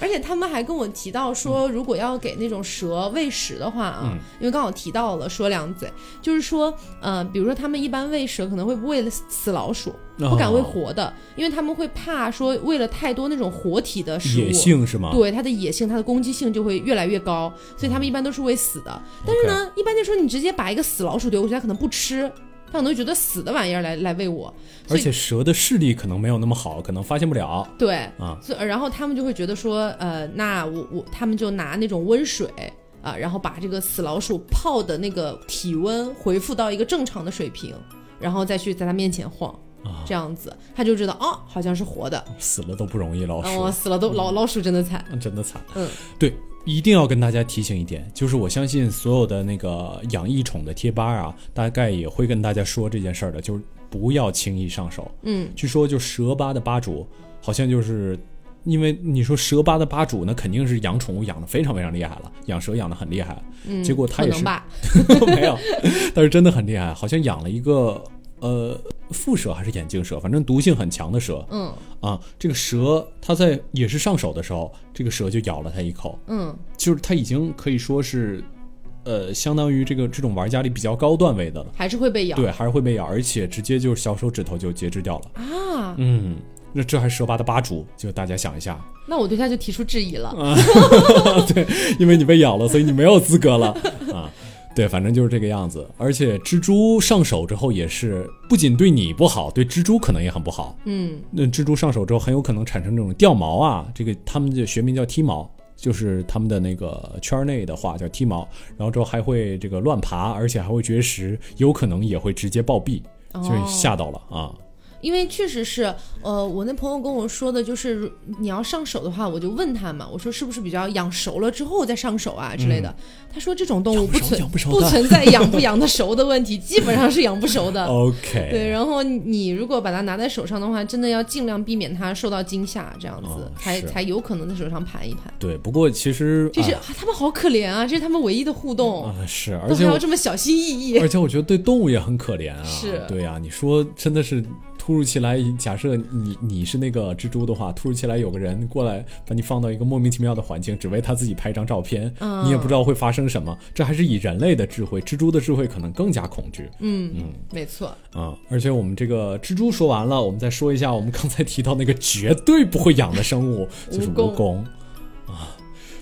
S2: 而且他们还跟我提到说，如果要给那种蛇喂食的话啊，
S1: 嗯
S2: 因为刚好提到了说两嘴，就是说，呃，比如说他们一般喂蛇可能会喂了死老鼠， 不敢喂
S1: 哦
S2: 活的，因为他们会怕说喂了太多那种活体的食物，
S1: 野性啊是吗？
S2: 对它的野性，它的攻击性就会越来越高，
S1: 嗯
S2: 所以他们一般都是喂死的。但是呢，一般就说你直接把一个死老鼠丢过去，它可能不吃，它可能会觉得死的玩意儿来来喂我，所
S1: 而
S2: 以
S1: 且蛇的视力可能没有那么好，可能发现不了。
S2: 对
S1: 啊
S2: 所以然后他们就会觉得说，呃，那我我他们就拿那种温水啊、然后把这个死老鼠泡的那个体温恢复到一个正常的水平，然后再去在它面前晃，
S1: 啊
S2: 这样子他就知道哦，好像是活的。
S1: 死了都不容易，老
S2: 嗯，
S1: 鼠、
S2: 我死了都老老鼠真的惨，
S1: 真的惨。
S2: 嗯，
S1: 对，一定要跟大家提醒一点，就是我相信所有的那个养异宠的贴吧啊，大概也会跟大家说这件事儿的，就是不要轻易上手。
S2: 嗯，
S1: 据说就蛇吧的吧主，好像就是。因为你说蛇吧的吧主，那肯定是养宠物养的非常非常厉害了，养蛇养的很厉害，嗯、结果他
S2: 可
S1: 也
S2: 能
S1: 是
S2: 吧？
S1: 没有，但是真的很厉害，好像养了一个呃腹蛇还是眼镜蛇，反正毒性很强的蛇
S2: 嗯
S1: 啊。这个蛇它在也是上手的时候，这个蛇就咬了它一口，
S2: 嗯，
S1: 就是它已经可以说是，呃，相当于这个这种玩家里比较高段位的了。
S2: 还是会被咬。
S1: 对，还是会被咬，而且直接就是小手指头就截肢掉了。
S2: 啊，
S1: 嗯，那这还是蛇吧的吧主，就大家想一下，
S2: 那我对他就提出质疑了。
S1: 嗯因为你被咬了，所以你没有资格了啊。对，反正就是这个样子。而且蜘蛛上手之后也是，不仅对你不好，对蜘蛛可能也很不好。
S2: 嗯，
S1: 那蜘蛛上手之后，很有可能产生这种掉毛啊，这个他们的学名叫踢毛，就是他们的那个圈儿内的话叫踢毛。然后之后还会这个乱爬，而且还会绝食，有可能也会直接暴毙，所以
S2: 哦
S1: 吓到了啊。
S2: 因为确实是，呃，我那朋友跟我说的，就是如你要上手的话，我就问他嘛，我说是不是比较养熟了之后再上手啊之类的。他说这种动物
S1: 嗯养不熟养
S2: 不存
S1: 不熟的
S2: 存在 养不养得熟的问题，基本上是养不熟
S1: 哦
S2: 的。
S1: OK，
S2: 呃对，然后你如果把它拿在手上的话，真的要尽量避免它受到惊吓，这样子、
S1: 哦
S2: 才
S1: 是
S2: 才有可能在手上盘一盘。
S1: 对不过其实
S2: 这是、
S1: 啊、
S2: 啊他们好可怜啊，这是他们唯一的互动，
S1: 啊是，而
S2: 都还
S1: 且我嗯
S2: 要这么小心翼翼。
S1: 而且我觉得对动物也很可怜啊。
S2: 是
S1: 对呀、你说真的是突如其来，假设你你是那个蜘蛛的话，突如其来有个人过来把你放到一个莫名其妙的环境，只为他自己拍一张照片，
S2: 嗯
S1: 你也不知道会发生什么。这还是以人类的智慧，蜘蛛的智慧可能更加恐惧
S2: 嗯，没错，
S1: 啊、而且我们这个蜘蛛说完了，我们再说一下我们刚才提到那个绝对不会养的生物，就是
S2: 蜈
S1: 蜈
S2: 蚣
S1: 蚣啊。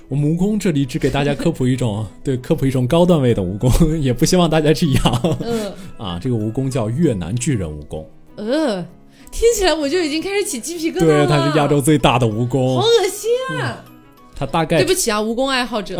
S1: 我们蜈蚣这里只给大家科普一种，对，科普一种高段位的蜈蚣，也不希望大家去养。
S2: 嗯
S1: 啊，这个蜈蚣叫越南巨人蜈 蚣，
S2: 呃，听起来我就已经开始起鸡皮疙瘩
S1: 对，
S2: 了。
S1: 它是亚洲最嗯大的蜈
S2: 好
S1: 蚣，
S2: 恶心啊！
S1: 它大概
S2: 哦对不起啊，蜈蚣爱 好者。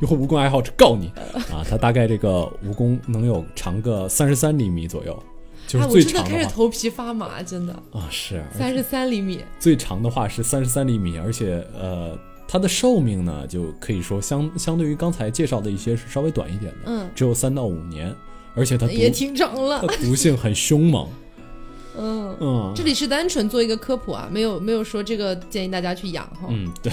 S1: 以后蜈蚣爱好者告你 啊，它大概这个蜈蚣能有长个三十三厘米左右，就是
S2: 哎，我
S1: 最
S2: 真的
S1: 长
S2: 开
S1: 的
S2: 始
S1: 话
S2: 头皮发麻，真的，
S1: 啊是，而
S2: 三十三厘米，
S1: 最长的话是三十三厘米，而且呃，它的寿命呢就可以说相相对于刚才介绍的一些是稍微短一点的，
S2: 嗯，
S1: 只有三到五年，而且它毒
S2: 也挺长了
S1: 它，毒性很凶猛，
S2: 嗯。
S1: 嗯
S2: 这里是单纯做一个科普啊，没有没有说这个建议大家去养哈，
S1: 嗯对。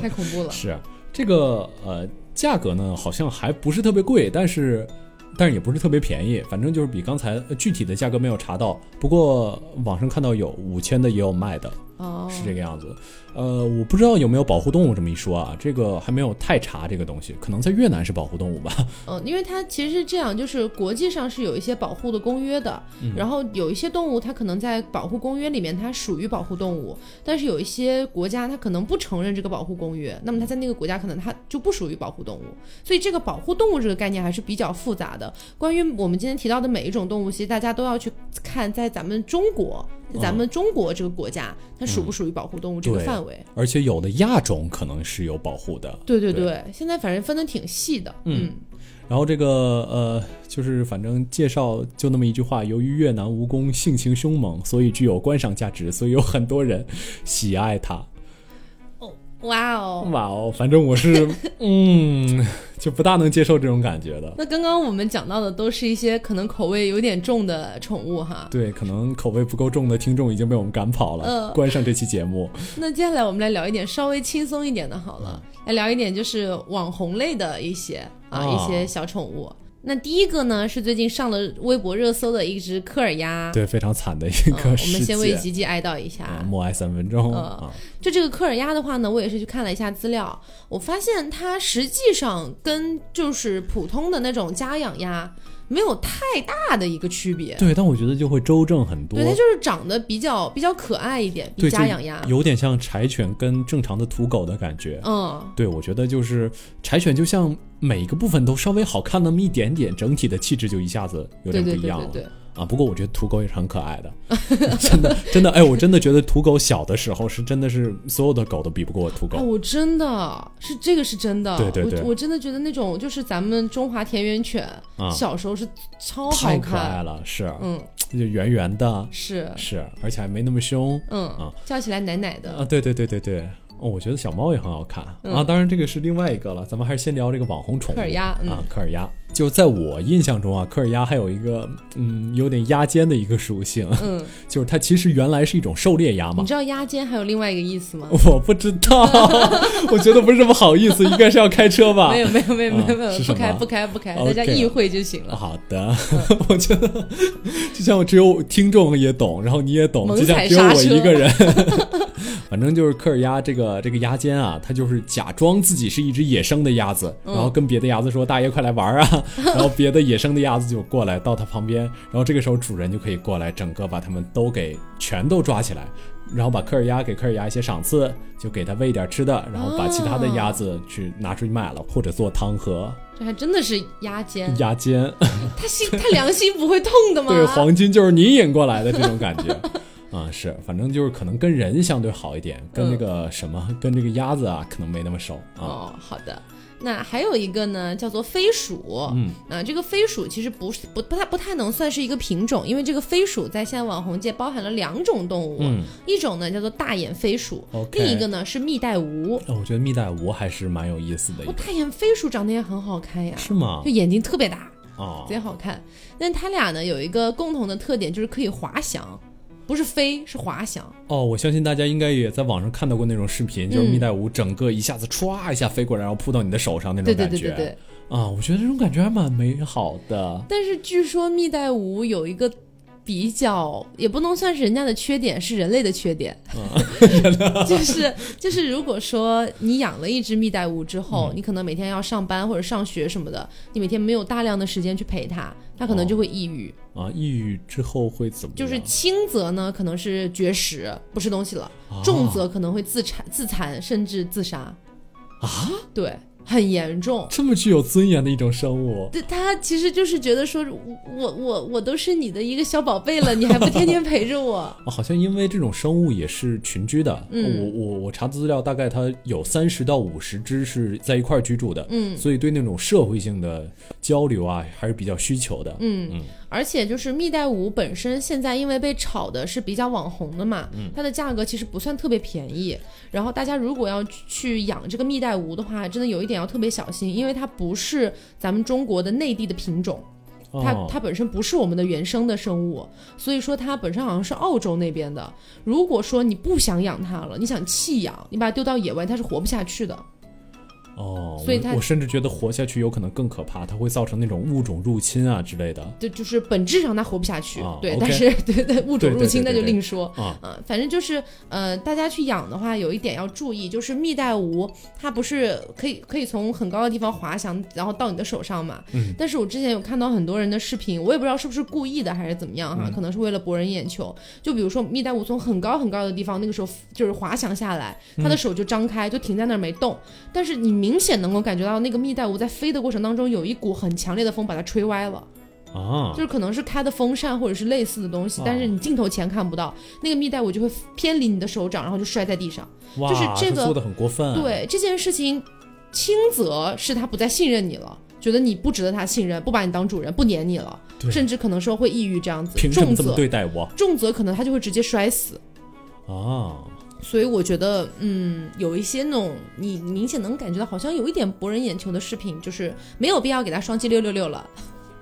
S2: 太恐怖了。
S1: 是啊这个呃，价格呢好像还不是特别贵，但是但是也不是特别便宜，反正就是比刚才呃具体的价格没有查到，不过网上看到有五千的也有卖的，
S2: 哦，
S1: 是这个样子。呃，我不知道有没有保护动物这么一说啊，这个还没有太查这个东西，可能在越南是保护动物吧。
S2: 嗯，因为它其实是这样，就是国际上是有一些保护的公约的，
S1: 嗯
S2: 然后有一些动物它可能在保护公约里面它属于保护动物，但是有一些国家它可能不承认这个保护公约，那么它在那个国家可能它就不属于保护动物，所以这个保护动物这个概念还是比较复杂的。关于我们今天提到的每一种动物，其实大家都要去看在咱们中国，在咱们中国这个国家它属不属于保护动物这个
S1: 嗯对
S2: 范围。
S1: 而且有的亚种可能是有保护的，
S2: 对对
S1: 对
S2: 对，现在反正分的挺细的，
S1: 嗯然后这个呃，就是反正介绍就那么一句话，由于越南蜈蚣性情凶猛，所以具有观赏价值，所以有很多人喜爱它。
S2: 哇哦，
S1: 哇哦，反正我 是嗯，就不大能接受这种感觉的。
S2: 那刚刚我们讲到的都是一些可能口味有点重的宠物哈。
S1: 对，可能口味不够重的听众已经被我们赶跑了，
S2: 嗯
S1: 关上这期节目。
S2: 那接下来我们来聊一点稍微轻松一点的好了，
S1: 嗯
S2: 来聊一点就是网红类的一些啊、
S1: 哦
S2: 一些小宠物。那第一个呢是最近上了微博热搜的一只科尔鸭，
S1: 对，非常惨的一
S2: 嗯
S1: 个
S2: 我们
S1: 事
S2: 先为
S1: 件。
S2: 吉吉哀悼一下。
S1: 啊，默哀三分钟、
S2: 嗯
S1: 啊，
S2: 就这个科尔鸭的话呢，我也是去看了一下资料，我发现它实际上跟就是普通的那种家养鸭没有太大的一个区别。
S1: 对，但我觉得就会周正很多
S2: 对，，它就是长得比较比较可爱一点，比
S1: 对，
S2: 家
S1: 就
S2: 养鸭。
S1: 有点像柴犬跟正常的土狗的感觉，
S2: 嗯，
S1: 对，我觉得就是柴犬，就像每个部分都稍微好看那么一点点，整体的气质就一下子有
S2: 对
S1: 点不
S2: 对
S1: 一
S2: 对
S1: 样
S2: 对
S1: 了
S2: 对，哦
S1: 啊。不过我觉得土狗也是很可爱的， 真的真的，哎，我真的觉得土狗小的时候是真的是所有的狗都比不过土
S2: 啊
S1: 狗。
S2: 我真的是这个是真的，
S1: 对对对
S2: 我我真的觉得那种就是咱们中华田园犬，
S1: 啊
S2: 小时候是超
S1: 太
S2: 好
S1: 可爱
S2: 看，
S1: 了，是，
S2: 嗯，
S1: 就圆圆的，
S2: 是，
S1: 是，而且还没那么凶
S2: 嗯，
S1: 啊
S2: 叫起来奶奶的，
S1: 啊！对对对对对，哦，我觉得小猫也很好看啊。
S2: 嗯
S1: 当然这个是另外一个了，咱们还是先聊这个网红宠物
S2: 科尔鸭嗯
S1: 啊，科尔鸭。就在我印象中啊，科尔鸭还有一个嗯，有点压尖的一个属性，
S2: 嗯，
S1: 就是它其实原来是一种狩猎鸭嘛
S2: 你。知道鸭尖还有另外一个意思吗？
S1: 我不知道， 我觉得不是这么好意思，应该是要开车吧
S2: 没。有没有没有没有
S1: 啊
S2: 没有
S1: 是，什
S2: 不
S1: 么
S2: 开不开不开，
S1: OK
S2: 大家意会就行了。
S1: 好的， 我觉得就像只有听众也懂，然后你也懂，
S2: 猛
S1: 就像
S2: 踩
S1: 只有
S2: 刹
S1: 我
S2: 车
S1: 一个人。 反正就是科尔鸭这个这个鸭尖啊，它就是假装自己是一只野生的鸭子，
S2: 嗯
S1: 然后跟别的鸭子说：“大爷，快来玩啊！” 然后别的野生的鸭子就过来到它旁边，然后这个时候主人就可以过来，整个把它们都给全都抓起来，然后把科尔鸭给科尔鸭一些赏赐，就给它喂点吃的，然后把其他的鸭子去拿出去卖了，或者做汤和
S2: 这还真的是鸭 尖，
S1: 鸭尖。
S2: 它心它良心不会痛 的吗？
S1: 对，黄金就是你引过来的这种感觉。 啊，是，反正就是可能跟人相对好一点，跟那个什么，跟这个鸭子啊，可能没那么熟啊。
S2: 哦，好的。那还有一个呢，叫做飞鼠。
S1: 嗯，
S2: 啊，这个飞鼠其实不是不不太不太能算是一个品种，因为这个飞鼠在现在网红界包含了两种动物，
S1: 嗯
S2: 一种呢叫做大眼飞鼠
S1: OK
S2: 另一个呢是蜜袋鼯。
S1: 哎我觉得蜜袋鼯还是蛮有意思的一
S2: 哦，
S1: 个，
S2: 大眼飞鼠长得也很好看呀，
S1: 是吗
S2: 就？眼睛特别大，
S1: 哦，
S2: 贼好看。但它俩呢有一个共同的特点，就是可以滑翔，不是飞是滑翔。
S1: 哦，我相信大家应该也在网上看到过那种视频，就是
S2: 嗯
S1: 蜜袋鼯整个一下子歘一下飞过来，然后扑到你的手上那
S2: 对
S1: 种
S2: 对
S1: 感
S2: 对
S1: 觉。
S2: 对对。
S1: 啊，我觉得这种感觉还蛮美好的。
S2: 但是据说蜜袋鼯有一个比较，也不能算是人家的缺点，是人类的缺点， 就是就是如果说你养了一只蜜袋鼯之后，你可能每天要上班或者上学什么的，你每天没有大量的时间去陪它，它可能就会抑郁。
S1: 啊，抑郁之后会怎么样？
S2: 就是轻则呢，可能是绝食，不吃东西了；重则可能会自残、自残，甚至自杀。
S1: 啊，
S2: 对，很严重。
S1: 这么具有尊严的一种生物，
S2: 对他其实就是觉得说，我我我我都是你的一个小宝贝了，你还不天天 陪着我？
S1: 啊好像因为这种生物也是群居的。
S2: 嗯
S1: 我我我查资料，大概它有三十到五十只是在一块儿居住的。
S2: 嗯
S1: 所以对那种社会性的交流啊，还是比较需求的。
S2: 嗯
S1: 嗯，
S2: 而且就是蜜袋鼯本身现在因为被炒的是比较网红的嘛，它的价格其实不算特别便宜。然后大家如果要去养这个蜜袋鼯的话，真的有一点要特别小心，因为它不是咱们中国的内地的品种。它
S1: 哦
S2: 它本身不是我们的原生的生物，所以说它本身好像是澳洲那边的。如果说你不想养它了，你想弃养，你把它丢到野外，它是活不下去的。
S1: 哦，
S2: 所以
S1: 我
S2: 它
S1: 我甚至觉得活下去有可能更可怕，它会造成那种物种入侵啊之类的
S2: 对，就是本质上它活不下去，
S1: 啊
S2: 对，
S1: OK
S2: 但是对对物
S1: 对
S2: 种
S1: 对
S2: 入侵
S1: 对
S2: 那
S1: 对
S2: 就另说。
S1: 啊。
S2: 嗯、反正就是呃，大家去养的话，有一点要注意，就是蜜袋鼯它不是可以可以从很高的地方滑翔，然后到你的手上嘛。
S1: 嗯。
S2: 但是我之前有看到很多人的视频，我也不知道是不是故意的还是怎么
S1: 嗯
S2: 样哈，可能是为了博人眼球。就比如说蜜袋鼯从很高很高的地方，那个时候就是滑翔下来，它
S1: 嗯
S2: 的手就张开，就停在那儿没动。但是你明显能够感觉到那个蜜袋鼯在飞的过程当中，有一股很强烈的风把它吹歪了。
S1: 啊
S2: 就是可能是开的风扇或者是类似的东西
S1: 哦，
S2: 但是你镜头前看不到，那个蜜袋鼯就会偏离你的手掌，然后就摔在地上。
S1: 哇，
S2: 就是这
S1: 它
S2: 个
S1: 做的很过分。，
S2: 对这件事情，轻则是他不再信任你了。觉得你不值得他信任，不把你当主人，不黏你了，
S1: 对
S2: 甚至可能说会抑郁这样子。
S1: 凭什么
S2: 重
S1: 这么
S2: 则
S1: 对待我
S2: 重则可能他就会直接摔死。
S1: 啊？
S2: 所以我觉得，嗯，有一些那种你明显能感觉到好像有一点博人眼球的视频，就是没有必要给他双击六六六了。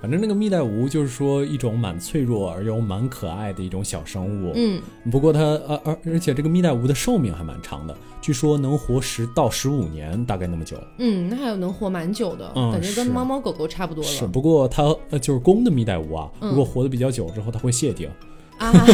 S1: 反正那个蜜袋鼯就是说一种蛮脆弱而又蛮可爱的一种小生物。
S2: 嗯，
S1: 不过它呃而而且这个蜜袋鼯的寿命还蛮长的，据说能活十到十五年，大概那么久。
S2: 嗯，那还有能活蛮久的，
S1: 嗯
S2: 感觉跟
S1: 是
S2: 猫猫狗狗差不多了。
S1: 是，不过它呃就是公的蜜袋鼯啊，
S2: 嗯
S1: 如果活得比较久之后，它会谢顶，
S2: 啊，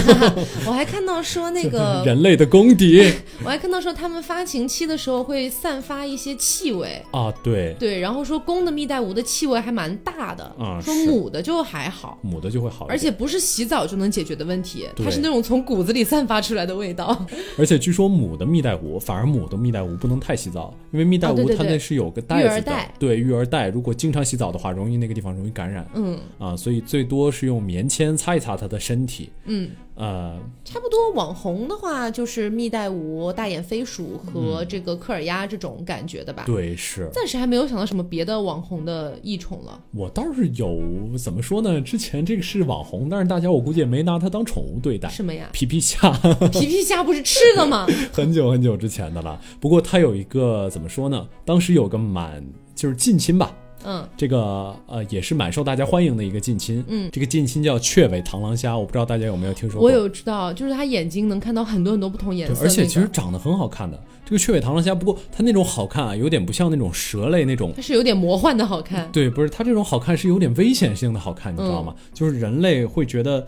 S2: 我还看到说那个，
S1: 人类的公敌
S2: 我还看到说他们发情期的时候会散发一些气味，
S1: 啊。对，
S2: 对，然后说公的蜜袋鼯的气味还蛮大的，
S1: 啊
S2: 说
S1: 是
S2: 母的就还好。
S1: 母的就会好一点。
S2: 而且不是洗澡就能解决的问题，
S1: 对
S2: 它是那种从骨子里散发出来的味道。
S1: 而且据说母的蜜袋鼯，反而母的蜜袋鼯不能太洗澡，因为蜜袋
S2: 啊对
S1: 鼯
S2: 对
S1: 它
S2: 对
S1: 那是有个袋
S2: 育
S1: 子
S2: 儿
S1: 的，
S2: 袋
S1: 对育儿袋，如果经常洗澡的话，容易那个地方容易感染
S2: 嗯
S1: 啊，所以最多是用棉签擦一擦它的身体，
S2: 嗯，
S1: 呃，
S2: 差不多。网红的话就是蜜袋鼯、大眼飞鼠和这个科尔鸭这种感觉的吧。
S1: 嗯对，是
S2: 暂时还没有想到什么别的网红的异宠了。
S1: 我倒是有怎么说呢？之前这个是网红，但是大家我估计也没拿它当宠物对待。？
S2: 什么呀
S1: 皮皮虾
S2: 皮皮虾不是吃的吗？
S1: 很久很久之前的了，不过它有一个怎么说呢？当时有个蛮就是近亲吧，
S2: 嗯，
S1: 这个呃也是蛮受大家欢迎的一个近亲。嗯，这个近亲叫雀尾螳螂虾，我不知道大家有没有听说过。
S2: 我有知道，就是它眼睛能看到很多很多不同颜
S1: 对，
S2: 色、那
S1: 而且
S2: 个
S1: 其实长得很好看的这个雀尾螳螂虾，不过它那种好看啊，有点不像那种蛇类那种。
S2: 它是有点魔幻的 好看。
S1: 对，不是它这种好看是有点危险性的好看，你知道吗？
S2: 嗯
S1: 就是人类会觉得，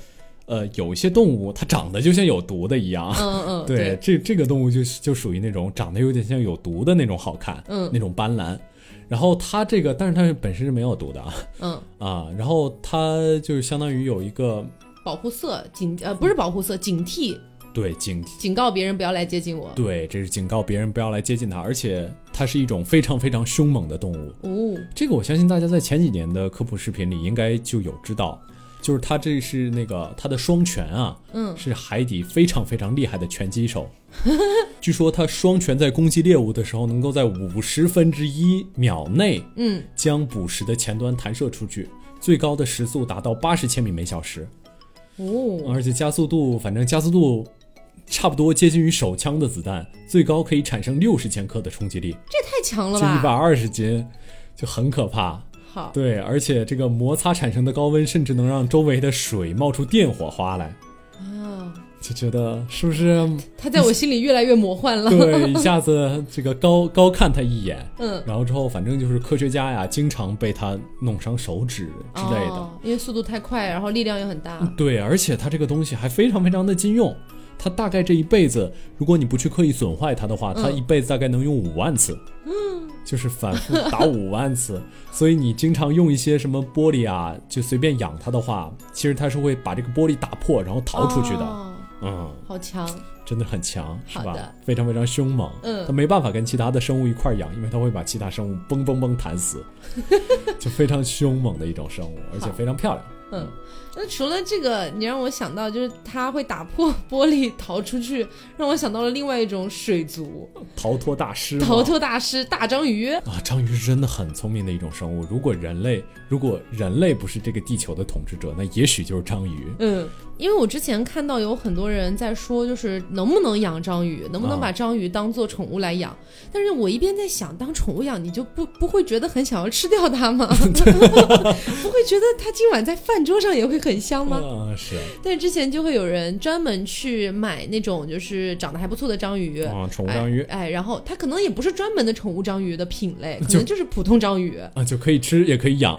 S1: 呃，有一些动物它长得就像有毒的一样。
S2: 嗯嗯，
S1: 对，这这个动物就就属于那种长得有点像有毒的那种好看，
S2: 嗯
S1: 那种斑斓。然后它这个，但是它本身是没有毒的啊
S2: 嗯，
S1: 啊。然后它就是相当于有一个
S2: 保护色警呃不是保护色，警惕
S1: 对警
S2: 警告别人不要来接近我。
S1: 对，这是警告别人不要来接近它，而且它是一种非常非常凶猛的动物。
S2: 哦，
S1: 这个我相信大家在前几年的科普视频里应该就有知道，就是他这是那个他的双拳啊，
S2: 嗯
S1: 是海底非常非常厉害的拳击手。 据说他双拳在攻击猎物的时候，能够在五十分之一秒内
S2: 嗯，
S1: 将捕食的前端弹射出去，最高的时速达到八十千米每小时，
S2: 哦，
S1: 而且加速度，反正加速度差不多接近于手枪的子弹，最高可以产生六十千克的冲击力，
S2: 这太强
S1: 就
S2: 了
S1: 一百
S2: 吧？
S1: 二十斤，就很可怕。
S2: 好，
S1: 对，而且这个摩擦产生的高温，甚至能让周围的水冒出电火花来，
S2: 啊，
S1: 就觉得是不是？
S2: 他在我心里越来越魔 幻了。
S1: 对，一下子这个高高看他一眼，
S2: 嗯，
S1: 然后之后反正就是科学家呀，经常被他弄伤手指之类的。
S2: 哦，因为速度太快，然后力量又很大。
S1: 对，而且它这个东西还非常非常的禁用，它大概这一辈子，如果你不去刻意损坏它的话，它
S2: 嗯
S1: 一辈子大概能用五万次，就是反复打五万次。所以你经常用一些什么玻璃啊，就随便养它的话，其实它是会把这个玻璃打破，然后逃出去的。
S2: 哦
S1: 嗯，
S2: 好强，
S1: 真的很强，是
S2: 好
S1: 吧
S2: 的？
S1: 非常非常凶猛。
S2: 嗯
S1: 它没办法跟其他的生物一块儿养，因为它会把其他生物嘣嘣嘣弹 死，就非常凶猛的一种生物，而且
S2: 好
S1: 非常漂亮。
S2: 嗯。那除了这个，你让我想到就是他会打破 玻璃逃出去，让我想到了另外一种水族，
S1: 逃脱大师嘛，
S2: 逃脱大师大章鱼。
S1: 啊，章鱼是真的很聪明的一种生物。如果人类，如果人类不是这个地球的统治者，那也许就是章鱼。
S2: 嗯，因为我之前看到有很多人在说，就是能不能养章鱼，能不能
S1: 啊
S2: 把章鱼当做宠物来养？但是我一边在想，当宠物养，你就不不会觉得很想要吃掉 它吗？ 不会觉得它今晚在饭桌上也会很香吗？
S1: 啊，是
S2: 但是之前就会有人专门去买那种就是长得还不错的章鱼。
S1: 啊，宠物章鱼
S2: 哎，哎然后它可能也不是专门的宠物章鱼的品 类，可
S1: 就
S2: 能就是普通章鱼。
S1: 啊，就可以吃，也可以 养。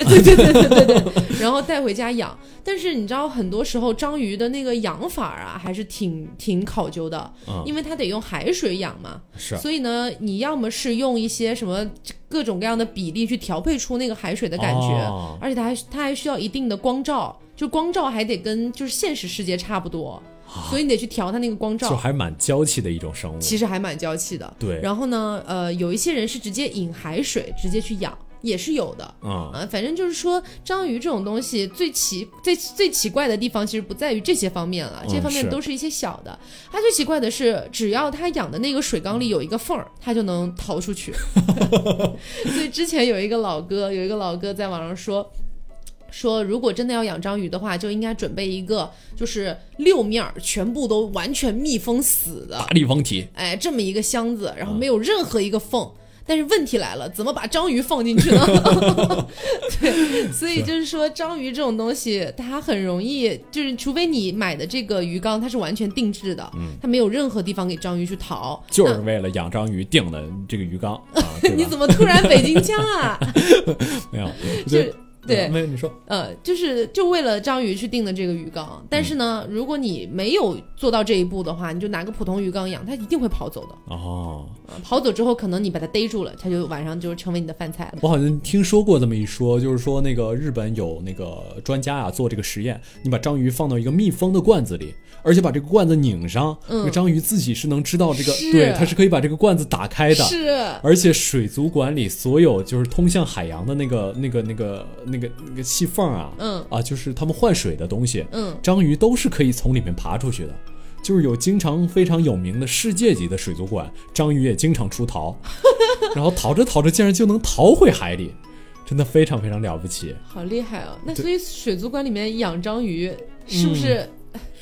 S2: 然后带回家养。但是你知道，很多时候章鱼的那个养法啊，还是挺挺考究的，
S1: 啊，
S2: 因为它得用海水养嘛。
S1: 是啊
S2: 所以呢，你要么是用一些什么各种各样的比例去调配出那个海水的感觉，
S1: 哦
S2: 而且它还它还需要一定的光照，就光照还得跟就是现实世界差不多，所以你得去调它那个光
S1: 就
S2: 照。
S1: 还蛮娇气的一种生物。
S2: 其实还蛮娇气的。
S1: 对，
S2: 然后呢，呃，有一些人是直接引海水直接去养，也是有的。
S1: 啊，
S2: 啊，反正就是说，章鱼这种东西最奇、最最奇怪的地方，其实不在于这些方面了，这些
S1: 嗯
S2: 方面
S1: 是
S2: 都是一些小的。它最奇怪的是，只要它养的那个水缸里有一个缝儿，它就能逃 出去。所以之前有一个老哥，有一个老哥在网上说。说如果真的要养章鱼的话，就应该准备一个就是六面儿全部都完全密封死的
S1: 大，立方体。
S2: 哎，这么一个箱子，然后没有任何一个缝。但是问题来了，怎么把章鱼放进去呢？对，所以就是说，章鱼这种东西，它很容易，就是除非你买的这个鱼缸它是完全定制的，它没有任何地方给章鱼去逃。
S1: 就是为了养章鱼定的这个鱼缸啊，
S2: 那 你
S1: 对吧？
S2: 怎么突然北京腔啊？
S1: 没有，我
S2: 就
S1: 觉得
S2: 是对
S1: 啊，没有你说
S2: 呃，就是就为了章鱼去定的这个鱼缸。但是呢，如果你没有做到这一步的话，你就拿个普通鱼缸养，它一定会跑走的。
S1: 哦，
S2: 啊跑走之后，可能你把它逮住了，它就晚上就成为你的饭菜了。
S1: 我好像听说过这么一说，就是说那个日本有那个专家啊做这个实验，你把章鱼放到一个密封的罐子里，而且把这个罐子拧上，
S2: 嗯
S1: 那个章鱼自己是能知道这个，
S2: 是
S1: 对，它是可以把这个罐子打开的。
S2: 是，
S1: 而且水族馆里所有就是通向海洋的那个、那个、那个、那个、那个细缝啊，
S2: 嗯
S1: 啊，就是他们换水的东西，
S2: 嗯，
S1: 章鱼都是可以从里面爬出去的。就是有经常非常有名的世界级的水族馆，章鱼也经常出 逃，然后逃着逃着竟然就能逃回海里，真的非常非常了不起。
S2: 好厉害哦！那
S1: 对
S2: 所以水族馆里面养章鱼是不是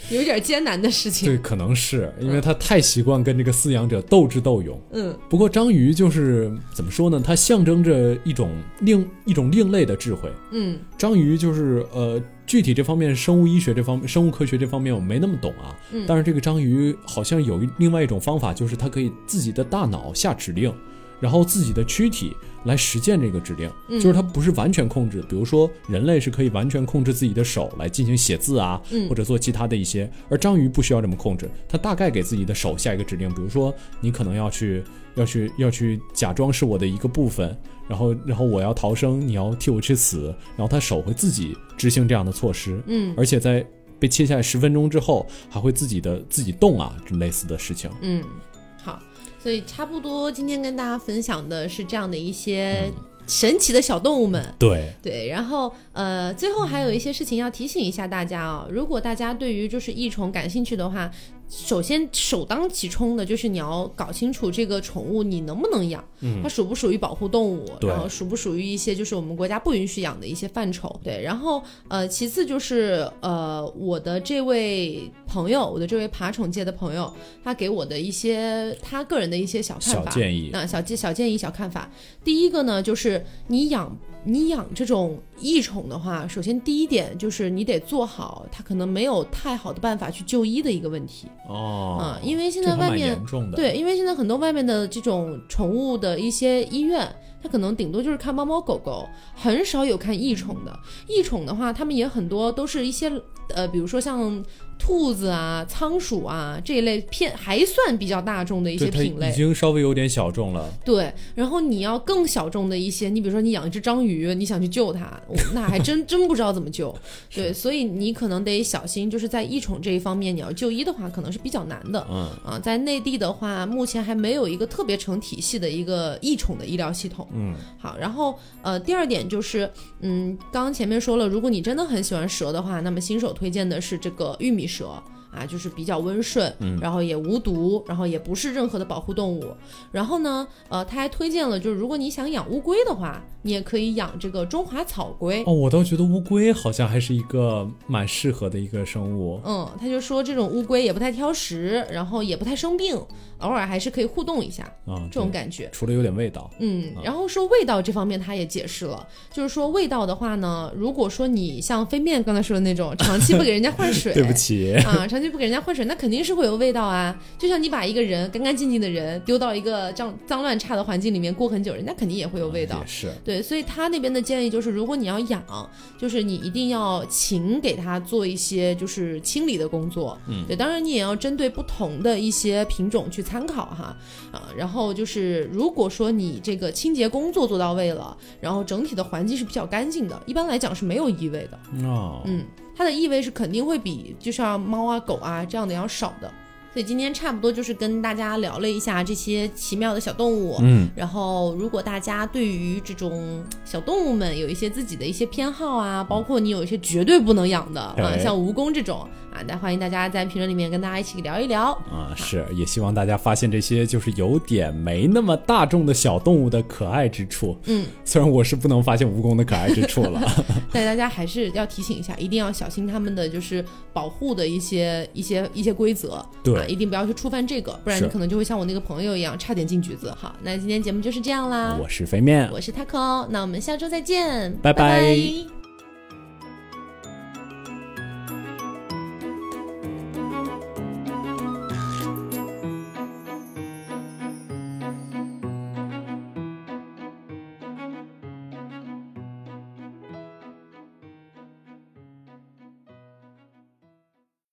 S2: 有一点艰难的事情？
S1: 对，可能是因为它太习惯跟这个饲养者斗智斗勇。
S2: 嗯
S1: 不过章鱼就是怎么说呢？它象征着一种另一种另类的智慧。
S2: 嗯
S1: 章鱼就是呃，具体这方面生物医学这方面、生物科学这方面我没那么懂啊。
S2: 嗯
S1: 但是这个章鱼好像有一另外一种方法，就是它可以自己的大脑下指令，然后自己的躯体来实践这个指令。
S2: 嗯
S1: 就是它不是完全控制，比如说人类是可以完全控制自己的手来进行写字啊，
S2: 嗯
S1: 或者做其他的一些，而章鱼不需要这么控制，它大概给自己的手下一个指令，比如说你可能要去要去要去假装是我的一个部分，然后然后我要逃生，你要替我去死，然后它手会自己执行这样的措施，
S2: 嗯
S1: 而且在被切下来十分钟之后，还会自己的自己动啊，这类似的事情。
S2: 嗯，好。所以差不多，今天跟大家分享的是这样的一些神奇的小动物们。
S1: 对，
S2: 对，然后呃，最后还有一些事情要提醒一下大家哦，如果大家对于就是异宠感兴趣的话，首先首当其冲的就是你要搞清楚这个宠物你能不能养，它属不属于保护动物，
S1: 嗯对
S2: 然后属不属于一些就是我们国家不允许养的一些范畴。对，然后呃，其次就是呃，我的这位朋友，我的这位爬宠界的朋友，他给我的一些他个人的一些小看
S1: 小
S2: 法，
S1: 建议，
S2: 那小建小建议、小看法，第一个呢，就是你养你养这种异宠的话，首先第一点就是你得做好它可能没有太好的办法去就医的一个问题
S1: 哦
S2: 啊、，因为现
S1: 这
S2: 在
S1: 还
S2: 外
S1: 蛮
S2: 面
S1: 严重的，
S2: 对，因为现在很多外面的这种宠物的一些医院，它可能顶多就是看猫猫狗狗，很少有看异宠的。异宠的话，他们也很多都是一些呃，比如说像兔子啊、仓鼠啊这一类偏还算比较大众的一些
S1: 对，它
S2: 品类
S1: 已。经稍微有点小众了，
S2: 对，然后你要更小众的一些，你比如说你养一只章鱼，你想去救它，我那还真真不知道怎么救。对，所以你可能得小心，就是在异宠这一方面，你要就医的话，可能是比较难的。
S1: 嗯
S2: 啊，在内地的话，目前还没有一个特别成体系的一个异宠的医疗系统。
S1: 嗯，
S2: 好，然后呃，第二点就是，嗯，刚刚前面说了，如果你真的很喜欢蛇的话，那么新手推荐的是这个玉米蛇啊，就是比较温顺，
S1: 嗯
S2: 然后也无毒，然后也不是任何的保护动物。然后呢，呃，他还推荐了，就是如果你想养乌龟的话，你也可以养这个中华草龟。
S1: 哦，我倒觉得乌龟好像还是一个蛮适合的一个生物，
S2: 嗯，他就说这种乌龟也不太挑食，然后也不太生病，偶尔还是可以互动一下
S1: 啊，
S2: 这种
S1: 对
S2: 感觉。
S1: 除了有点味道，
S2: 嗯，然后说味道这方面，他也解释了，就是说味道的话呢，如果说你像飞面刚才说的那种，长期不给人家换 水，
S1: 对不起，
S2: 啊，长期不给人家换水，那肯定是会有味道啊。就像你把一个人干干净净的人丢到一个脏脏乱差的环境里面过很久，人家肯定也会有味道
S1: 也。是，
S2: 对，所以他那边的建议就是，如果你要养，就是你一定要勤给它做一些就是清理的工作。嗯，对，当然你也要针对不同的一些品种去参考哈。啊，然后就是如果说你这个清洁工作做到位了，然后整体的环境是比较干净的，一般来讲是没有异味的。
S1: 哦，
S2: 嗯，它的异味是肯定会比就像猫啊、狗啊这样的要少的。所以今天差不多就是跟大家聊了一下这些奇妙的小动物。
S1: 嗯，
S2: 然后，如果大家对于这种小动物们有一些自己的一些偏好啊，包括你有一些绝对不能养的啊
S1: 哎，
S2: 像蜈蚣这种啊，那欢迎大家在评论里面跟大家一起聊一聊。
S1: 啊，是，也希望大家发现这些就是有点没那么大众的小动物的可爱之处。
S2: 嗯，
S1: 虽然我是不能发现蜈蚣的可爱之处了，
S2: 但大家还是要提醒一下，一定要小心它们的就是保护的一些一些一些规则，
S1: 对
S2: 啊，一定不要去触犯这个，不然
S1: 是
S2: 你可能就会像我那个朋友一样，差点进局子。好，那今天节目就是这样啦，
S1: 我是肥面，
S2: 我是 taco，那我们下周再见，
S1: 拜拜
S2: 拜